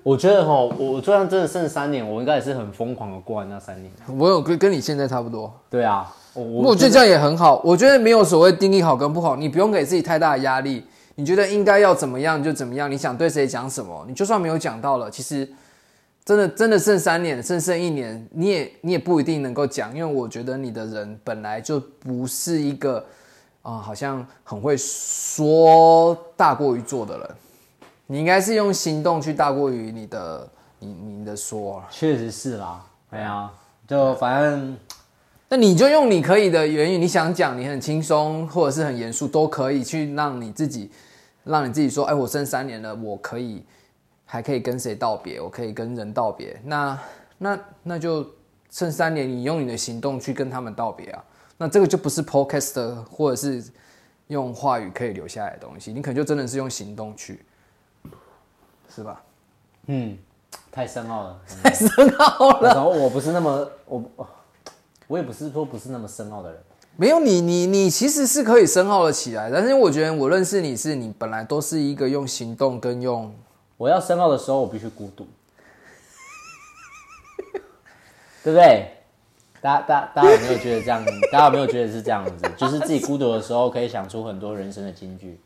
[SPEAKER 2] 我觉得哈，我我就算真的剩三年，我应该也是很疯狂的过完那三年。
[SPEAKER 1] 我有跟跟你现在差不多，
[SPEAKER 2] 对啊，我我
[SPEAKER 1] 我觉得这样也很好。我觉得没有所谓定义好跟不好，你不用给自己太大的压力。你觉得应该要怎么样就怎么样，你想对谁讲什么，你就算没有讲到了，其实真的真的剩三年，剩剩一年，你也你也不一定能够讲，因为我觉得你的人本来就不是一个啊、好像很会说大过于做的人，你应该是用行动去大过于你的你你的说。
[SPEAKER 2] 确实是啦，对啊，就反正
[SPEAKER 1] 那你就用你可以的言语，你想讲，你很轻松或者是很严肃都可以，去让你自己，让你自己说，哎，我剩三年了，我可以，还可以跟谁道别，我可以跟人道别。那那那就剩三年，你用你的行动去跟他们道别啊。那这个就不是 podcast 或者是用话语可以留下来的东西，你可能就真的是用行动去，是吧？
[SPEAKER 2] 嗯，太深奥了。
[SPEAKER 1] 太深奥了。
[SPEAKER 2] 然后我不是那么我我也不是说不是那么深奥的人。
[SPEAKER 1] 没有你，你你其实是可以深奥的起来，但是我觉得我认识你是你本来都是一个用行动跟用，
[SPEAKER 2] 我要深奥的时候，我必须孤独， 对不对？大家、大家、大家有没有觉得这样？大家有没有觉得是这样子？就是自己孤独的时候，可以想出很多人生的金句。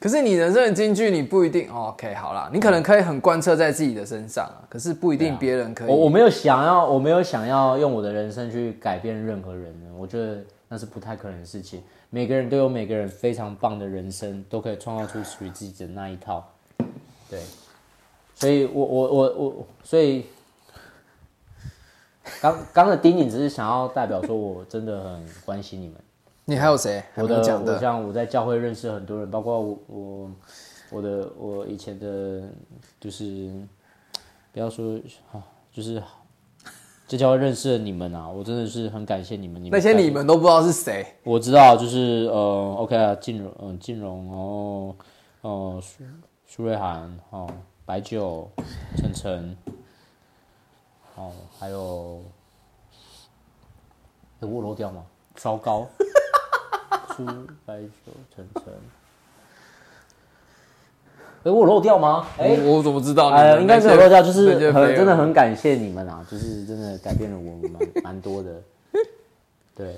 [SPEAKER 1] 可是你人生的金句你不一定、哦、OK 好啦，你可能可以很贯彻在自己的身上啊，可是不一定别人可以。
[SPEAKER 2] 啊我我没有想要，我没有想要用我的人生去改变任何人的，我觉得那是不太可能的事情。每个人都有每个人非常棒的人生，都可以创造出属于自己的那一套。对，所以我我我我，所以刚刚的叮咛只是想要代表说，我真的很关心你们。
[SPEAKER 1] 你还有谁还
[SPEAKER 2] 我
[SPEAKER 1] 没有
[SPEAKER 2] 的
[SPEAKER 1] 讲
[SPEAKER 2] 我
[SPEAKER 1] 的？
[SPEAKER 2] 像我在教会认识很多人，包括我我我的我以前的，就是不要说啊，就是这教会认识了你们啊，我真的是很感谢你们。你们
[SPEAKER 1] 那些
[SPEAKER 2] 带
[SPEAKER 1] 你们都不知道是谁，
[SPEAKER 2] 我知道，就是呃，OK 啊，静荣，嗯、静荣，然后呃，苏苏瑞涵，哦，白酒，晨晨，哦，还有，有我漏掉吗？糟糕， 苏白酒，晨晨，哎、我漏掉吗？哎、
[SPEAKER 1] 我我怎么知道？
[SPEAKER 2] 哎，应该是有漏掉，就是
[SPEAKER 1] 很
[SPEAKER 2] 很真的很感谢你们啊，就是真的改变了我们蛮蛮多的， 对，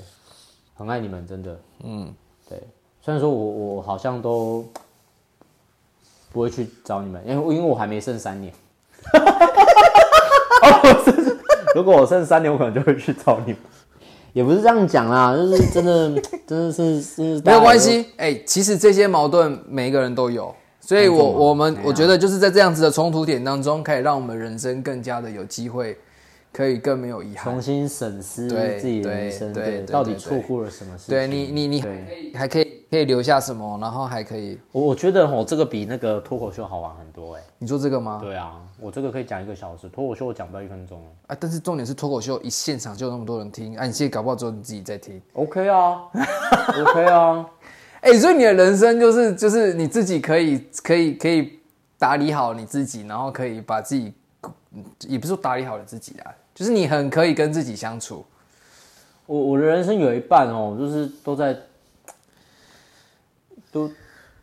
[SPEAKER 2] 很爱你们，真的，嗯，对。虽然说我我好像都不会去找你们，因为因为我还没剩三年。 哦，我剩如果我剩三年，我可能就会去找你们。也不是这样讲啦，就是真的， 真的是，真的是
[SPEAKER 1] 没有关。系，哎、其实这些矛盾每一个人都有，所以我
[SPEAKER 2] 没错嘛
[SPEAKER 1] 我们
[SPEAKER 2] 哎呀
[SPEAKER 1] 我觉得就是在这样子的冲突点当中，可以让我们人生更加的有机会，可以更没有遗憾
[SPEAKER 2] 重。新审视
[SPEAKER 1] 对
[SPEAKER 2] 自己的
[SPEAKER 1] 对
[SPEAKER 2] 人生，
[SPEAKER 1] 对
[SPEAKER 2] 对，
[SPEAKER 1] 对
[SPEAKER 2] 到底
[SPEAKER 1] 对
[SPEAKER 2] 错过了什么事情？
[SPEAKER 1] 对你，你你
[SPEAKER 2] 对
[SPEAKER 1] 还可以还可以可以留下什么，然后还可以，
[SPEAKER 2] 我我觉得吼，这个比那个脱口秀好玩很多哎、
[SPEAKER 1] 你做这个吗？
[SPEAKER 2] 对啊，我这个可以讲一个小时，脱口秀我讲不到一分钟哎。
[SPEAKER 1] 啊，但是重点是脱口秀一现场就有那么多人听，啊，你现在搞不好只有你自己在听。
[SPEAKER 2] OK 啊，OK 啊，
[SPEAKER 1] 哎、所以你的人生就是就是你自己可以可以可以打理好你自己，然后可以把自己，嗯也不是说打理好你自己啊，就是你很可以跟自己相处。
[SPEAKER 2] 我我的人生有一半哦，就是都在，都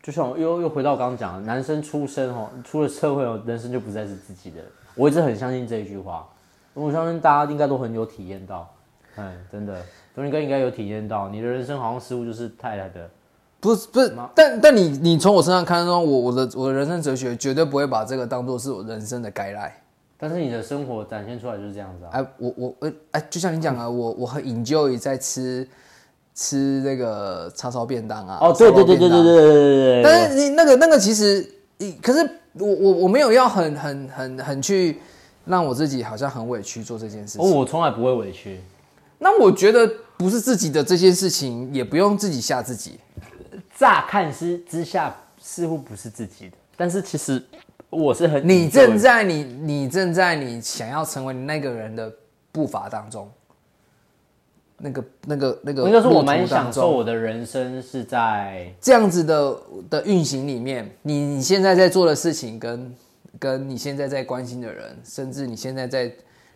[SPEAKER 2] 就像我又又回到我刚刚讲，的，男生出生哦，出了社会哦，人生就不再是自己的。我一直很相信这一句话，我相信大家应该都很有体验到，嗯，真的，东林哥应该有体验到，你的人生好像似乎就是太太的，
[SPEAKER 1] 不是不是，但但你你从我身上看到，我我的我的人生哲学绝对不会把这个当做是我人生的该来。
[SPEAKER 2] 但是你的生活展现出来就是这样子啊。
[SPEAKER 1] 哎，我我我哎，就像你讲啊，我我很 enjoy 在吃吃那个叉烧便当啊。
[SPEAKER 2] 哦，对对对对
[SPEAKER 1] 烧肉
[SPEAKER 2] 对
[SPEAKER 1] 便当
[SPEAKER 2] 对对对对，
[SPEAKER 1] 但是你那个那个其实，你可是我我我没有要很很很很去让我自己好像很委屈做这件事情。
[SPEAKER 2] 哦，我从来不会委屈，
[SPEAKER 1] 那我觉得不是自己的这件事情，也不用自己吓自己。
[SPEAKER 2] 乍看之之下似乎不是自己的，但是其实我是很
[SPEAKER 1] 你
[SPEAKER 2] enjoy
[SPEAKER 1] 正在你你正在你想要成为那个人的步伐当中，那个那个那个
[SPEAKER 2] 应该说，
[SPEAKER 1] 路
[SPEAKER 2] 我
[SPEAKER 1] 途
[SPEAKER 2] 蛮
[SPEAKER 1] 当
[SPEAKER 2] 享受
[SPEAKER 1] 中
[SPEAKER 2] 我的人生是在
[SPEAKER 1] 这样子的的运行里面，你你现在在做的事情跟跟你现在在关心的人，甚至你现在在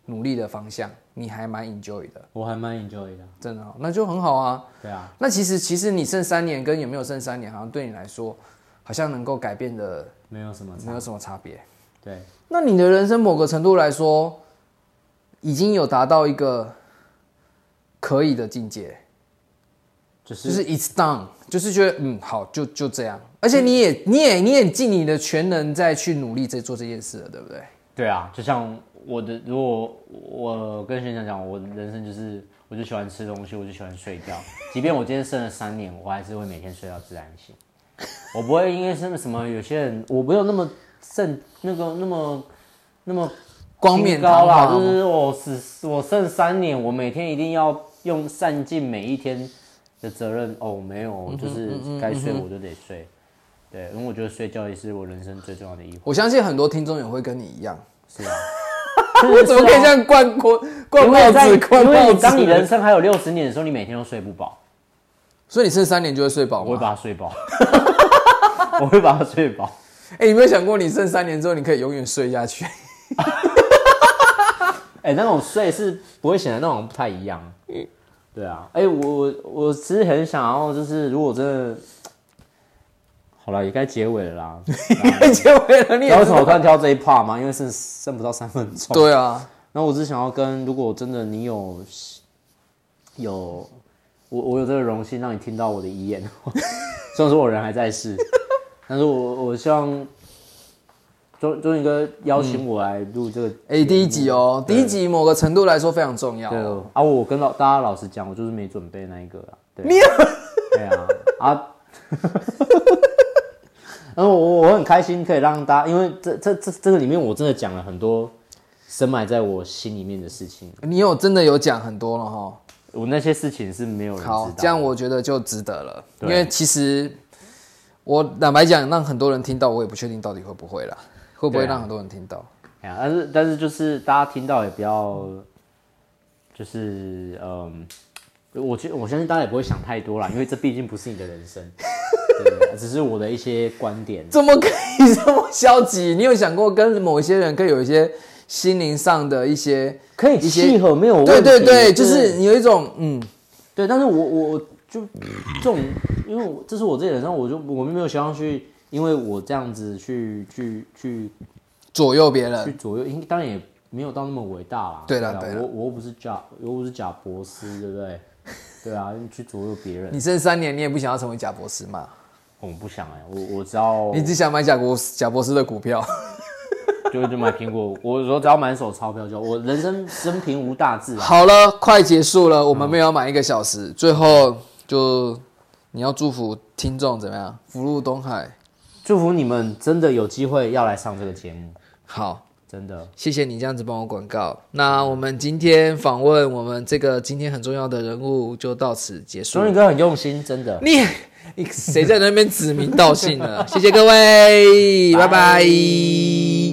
[SPEAKER 1] 努力的方向，你还蛮 enjoy 的，
[SPEAKER 2] 我还蛮 enjoy 的。
[SPEAKER 1] 真的哦、那就很好啊。
[SPEAKER 2] 对啊，
[SPEAKER 1] 那其实其实你剩三年跟有没有剩三年，好像对你来说，好像能够改变的
[SPEAKER 2] 没有什么
[SPEAKER 1] 没有什么差别。
[SPEAKER 2] 对，
[SPEAKER 1] 那你的人生某个程度来说，已经有达到一个可以的境界。
[SPEAKER 2] 就是
[SPEAKER 1] 就是 it's done，就是觉得嗯好，就就这样。而且你
[SPEAKER 2] 嗯
[SPEAKER 1] 也你也你也尽你的全能再去努力在做这件事了，对不对？
[SPEAKER 2] 对啊，就像我的，如果我跟学长讲，我的人生就是，我就喜欢吃东西，我就喜欢睡觉。即便我今天生了三年，我还是会每天睡到自然醒。我不会因为什么什么，有些人我没有那么正，那个那么那么
[SPEAKER 1] 光面
[SPEAKER 2] 清高啦，
[SPEAKER 1] 堂皇
[SPEAKER 2] 就是我死我剩三年，我每天一定要用善尽每一天的责任。哦，
[SPEAKER 1] 嗯
[SPEAKER 2] 没有，就是该睡我就得睡。对，因为我觉得睡觉也是我人生最重要的一环。
[SPEAKER 1] 我相信很多听众也会跟你一样，
[SPEAKER 2] 是 啊，
[SPEAKER 1] 我 怎么可以这样灌锅灌
[SPEAKER 2] 因为
[SPEAKER 1] 帽
[SPEAKER 2] 在
[SPEAKER 1] 子灌
[SPEAKER 2] 因
[SPEAKER 1] 帽子？
[SPEAKER 2] 为你当你人生还有六十年的时候，你每天都睡不饱，
[SPEAKER 1] 所以你剩三年就会睡饱
[SPEAKER 2] 我会
[SPEAKER 1] 吗？
[SPEAKER 2] 把它 睡饱，我会把它睡饱。
[SPEAKER 1] 哎、你有没有想过你剩三年之后你可以永远睡下去？
[SPEAKER 2] 哎、那种睡是不会显得那种不太一样。
[SPEAKER 1] 嗯
[SPEAKER 2] 对啊，哎、我我我其实很想要，就是如果真的，好了，也该结尾了啦。
[SPEAKER 1] 结尾了 你
[SPEAKER 2] 你知
[SPEAKER 1] 也
[SPEAKER 2] 道
[SPEAKER 1] 知
[SPEAKER 2] 为什么我
[SPEAKER 1] 道
[SPEAKER 2] 突然挑这一 part 吗？因为剩剩不到三分 钟。
[SPEAKER 1] 对啊，
[SPEAKER 2] 然后我只想要跟，如果真的你有有我我有这个荣幸让你听到我的遗言， 虽然说我人还在世，但是我我希望周周宇哥邀请我来录这个
[SPEAKER 1] 哎、第一集哦，第一集某个程度来说非常重要
[SPEAKER 2] 嗯对
[SPEAKER 1] 哦。
[SPEAKER 2] 啊，我跟老大家老实讲，我就是没准备那一个啦。对，你 对啊啊，然后我我很开心可以让大家，因为这这这这个里面我真的讲了很多深埋在我心里面的事情，
[SPEAKER 1] 你有真的有讲很多了哈。
[SPEAKER 2] 我那些事情是没有人知道
[SPEAKER 1] 好
[SPEAKER 2] 的。，
[SPEAKER 1] 这样我觉得就值得了，因
[SPEAKER 2] 对
[SPEAKER 1] 为其实我坦白讲，让很多人听到，我也不确定到底会不会啦，会不会
[SPEAKER 2] 对啊
[SPEAKER 1] 让很多人听到？
[SPEAKER 2] 哎呀但是但是就是大家听到也不要，就是嗯，我觉我相信大家也不会想太多啦，因为这毕竟不是你 的人生，对，只是我的一些观点。
[SPEAKER 1] 怎么可以这么消极？你有想过跟某一些人可以有一些心灵上的一些？
[SPEAKER 2] 可以
[SPEAKER 1] 一些
[SPEAKER 2] 契合没有问题，嗯
[SPEAKER 1] 对对对，就是你有一种嗯，
[SPEAKER 2] 对，但是我我我就这种，因为我这是我自己的人生，我就我没有想要去，因为我这样子去去去
[SPEAKER 1] 左右别
[SPEAKER 2] 去
[SPEAKER 1] 人。
[SPEAKER 2] 左右，应当然也没有到那么伟大啦。
[SPEAKER 1] 对啦
[SPEAKER 2] 啦，
[SPEAKER 1] 对啦
[SPEAKER 2] 我我又不是贾，我又不是贾博士，对不对？ 对啊，你去左右别人
[SPEAKER 1] 你，剩三年，你也不想要成为贾博士嘛？
[SPEAKER 2] 我不想哎、我我只要
[SPEAKER 1] 你只想买贾博贾博士的股票，
[SPEAKER 2] 就就买苹果， 我说只要满手钞票就好，我人生生平无大志啊。
[SPEAKER 1] 好了，快结束了，我们没有满一个小
[SPEAKER 2] 嗯
[SPEAKER 1] 时，最后就你要祝福听众怎么样？福入东海，
[SPEAKER 2] 祝福你们真的有机会要来上这个节目，
[SPEAKER 1] 好。
[SPEAKER 2] 真的。
[SPEAKER 1] 谢谢你这样子帮我广告。那我们今天访问我们这个今天很重要的人物就到此结束
[SPEAKER 2] 钟。宇哥很用心，真的。
[SPEAKER 1] 你你谁在那边指名道姓呢？谢谢各位，拜拜。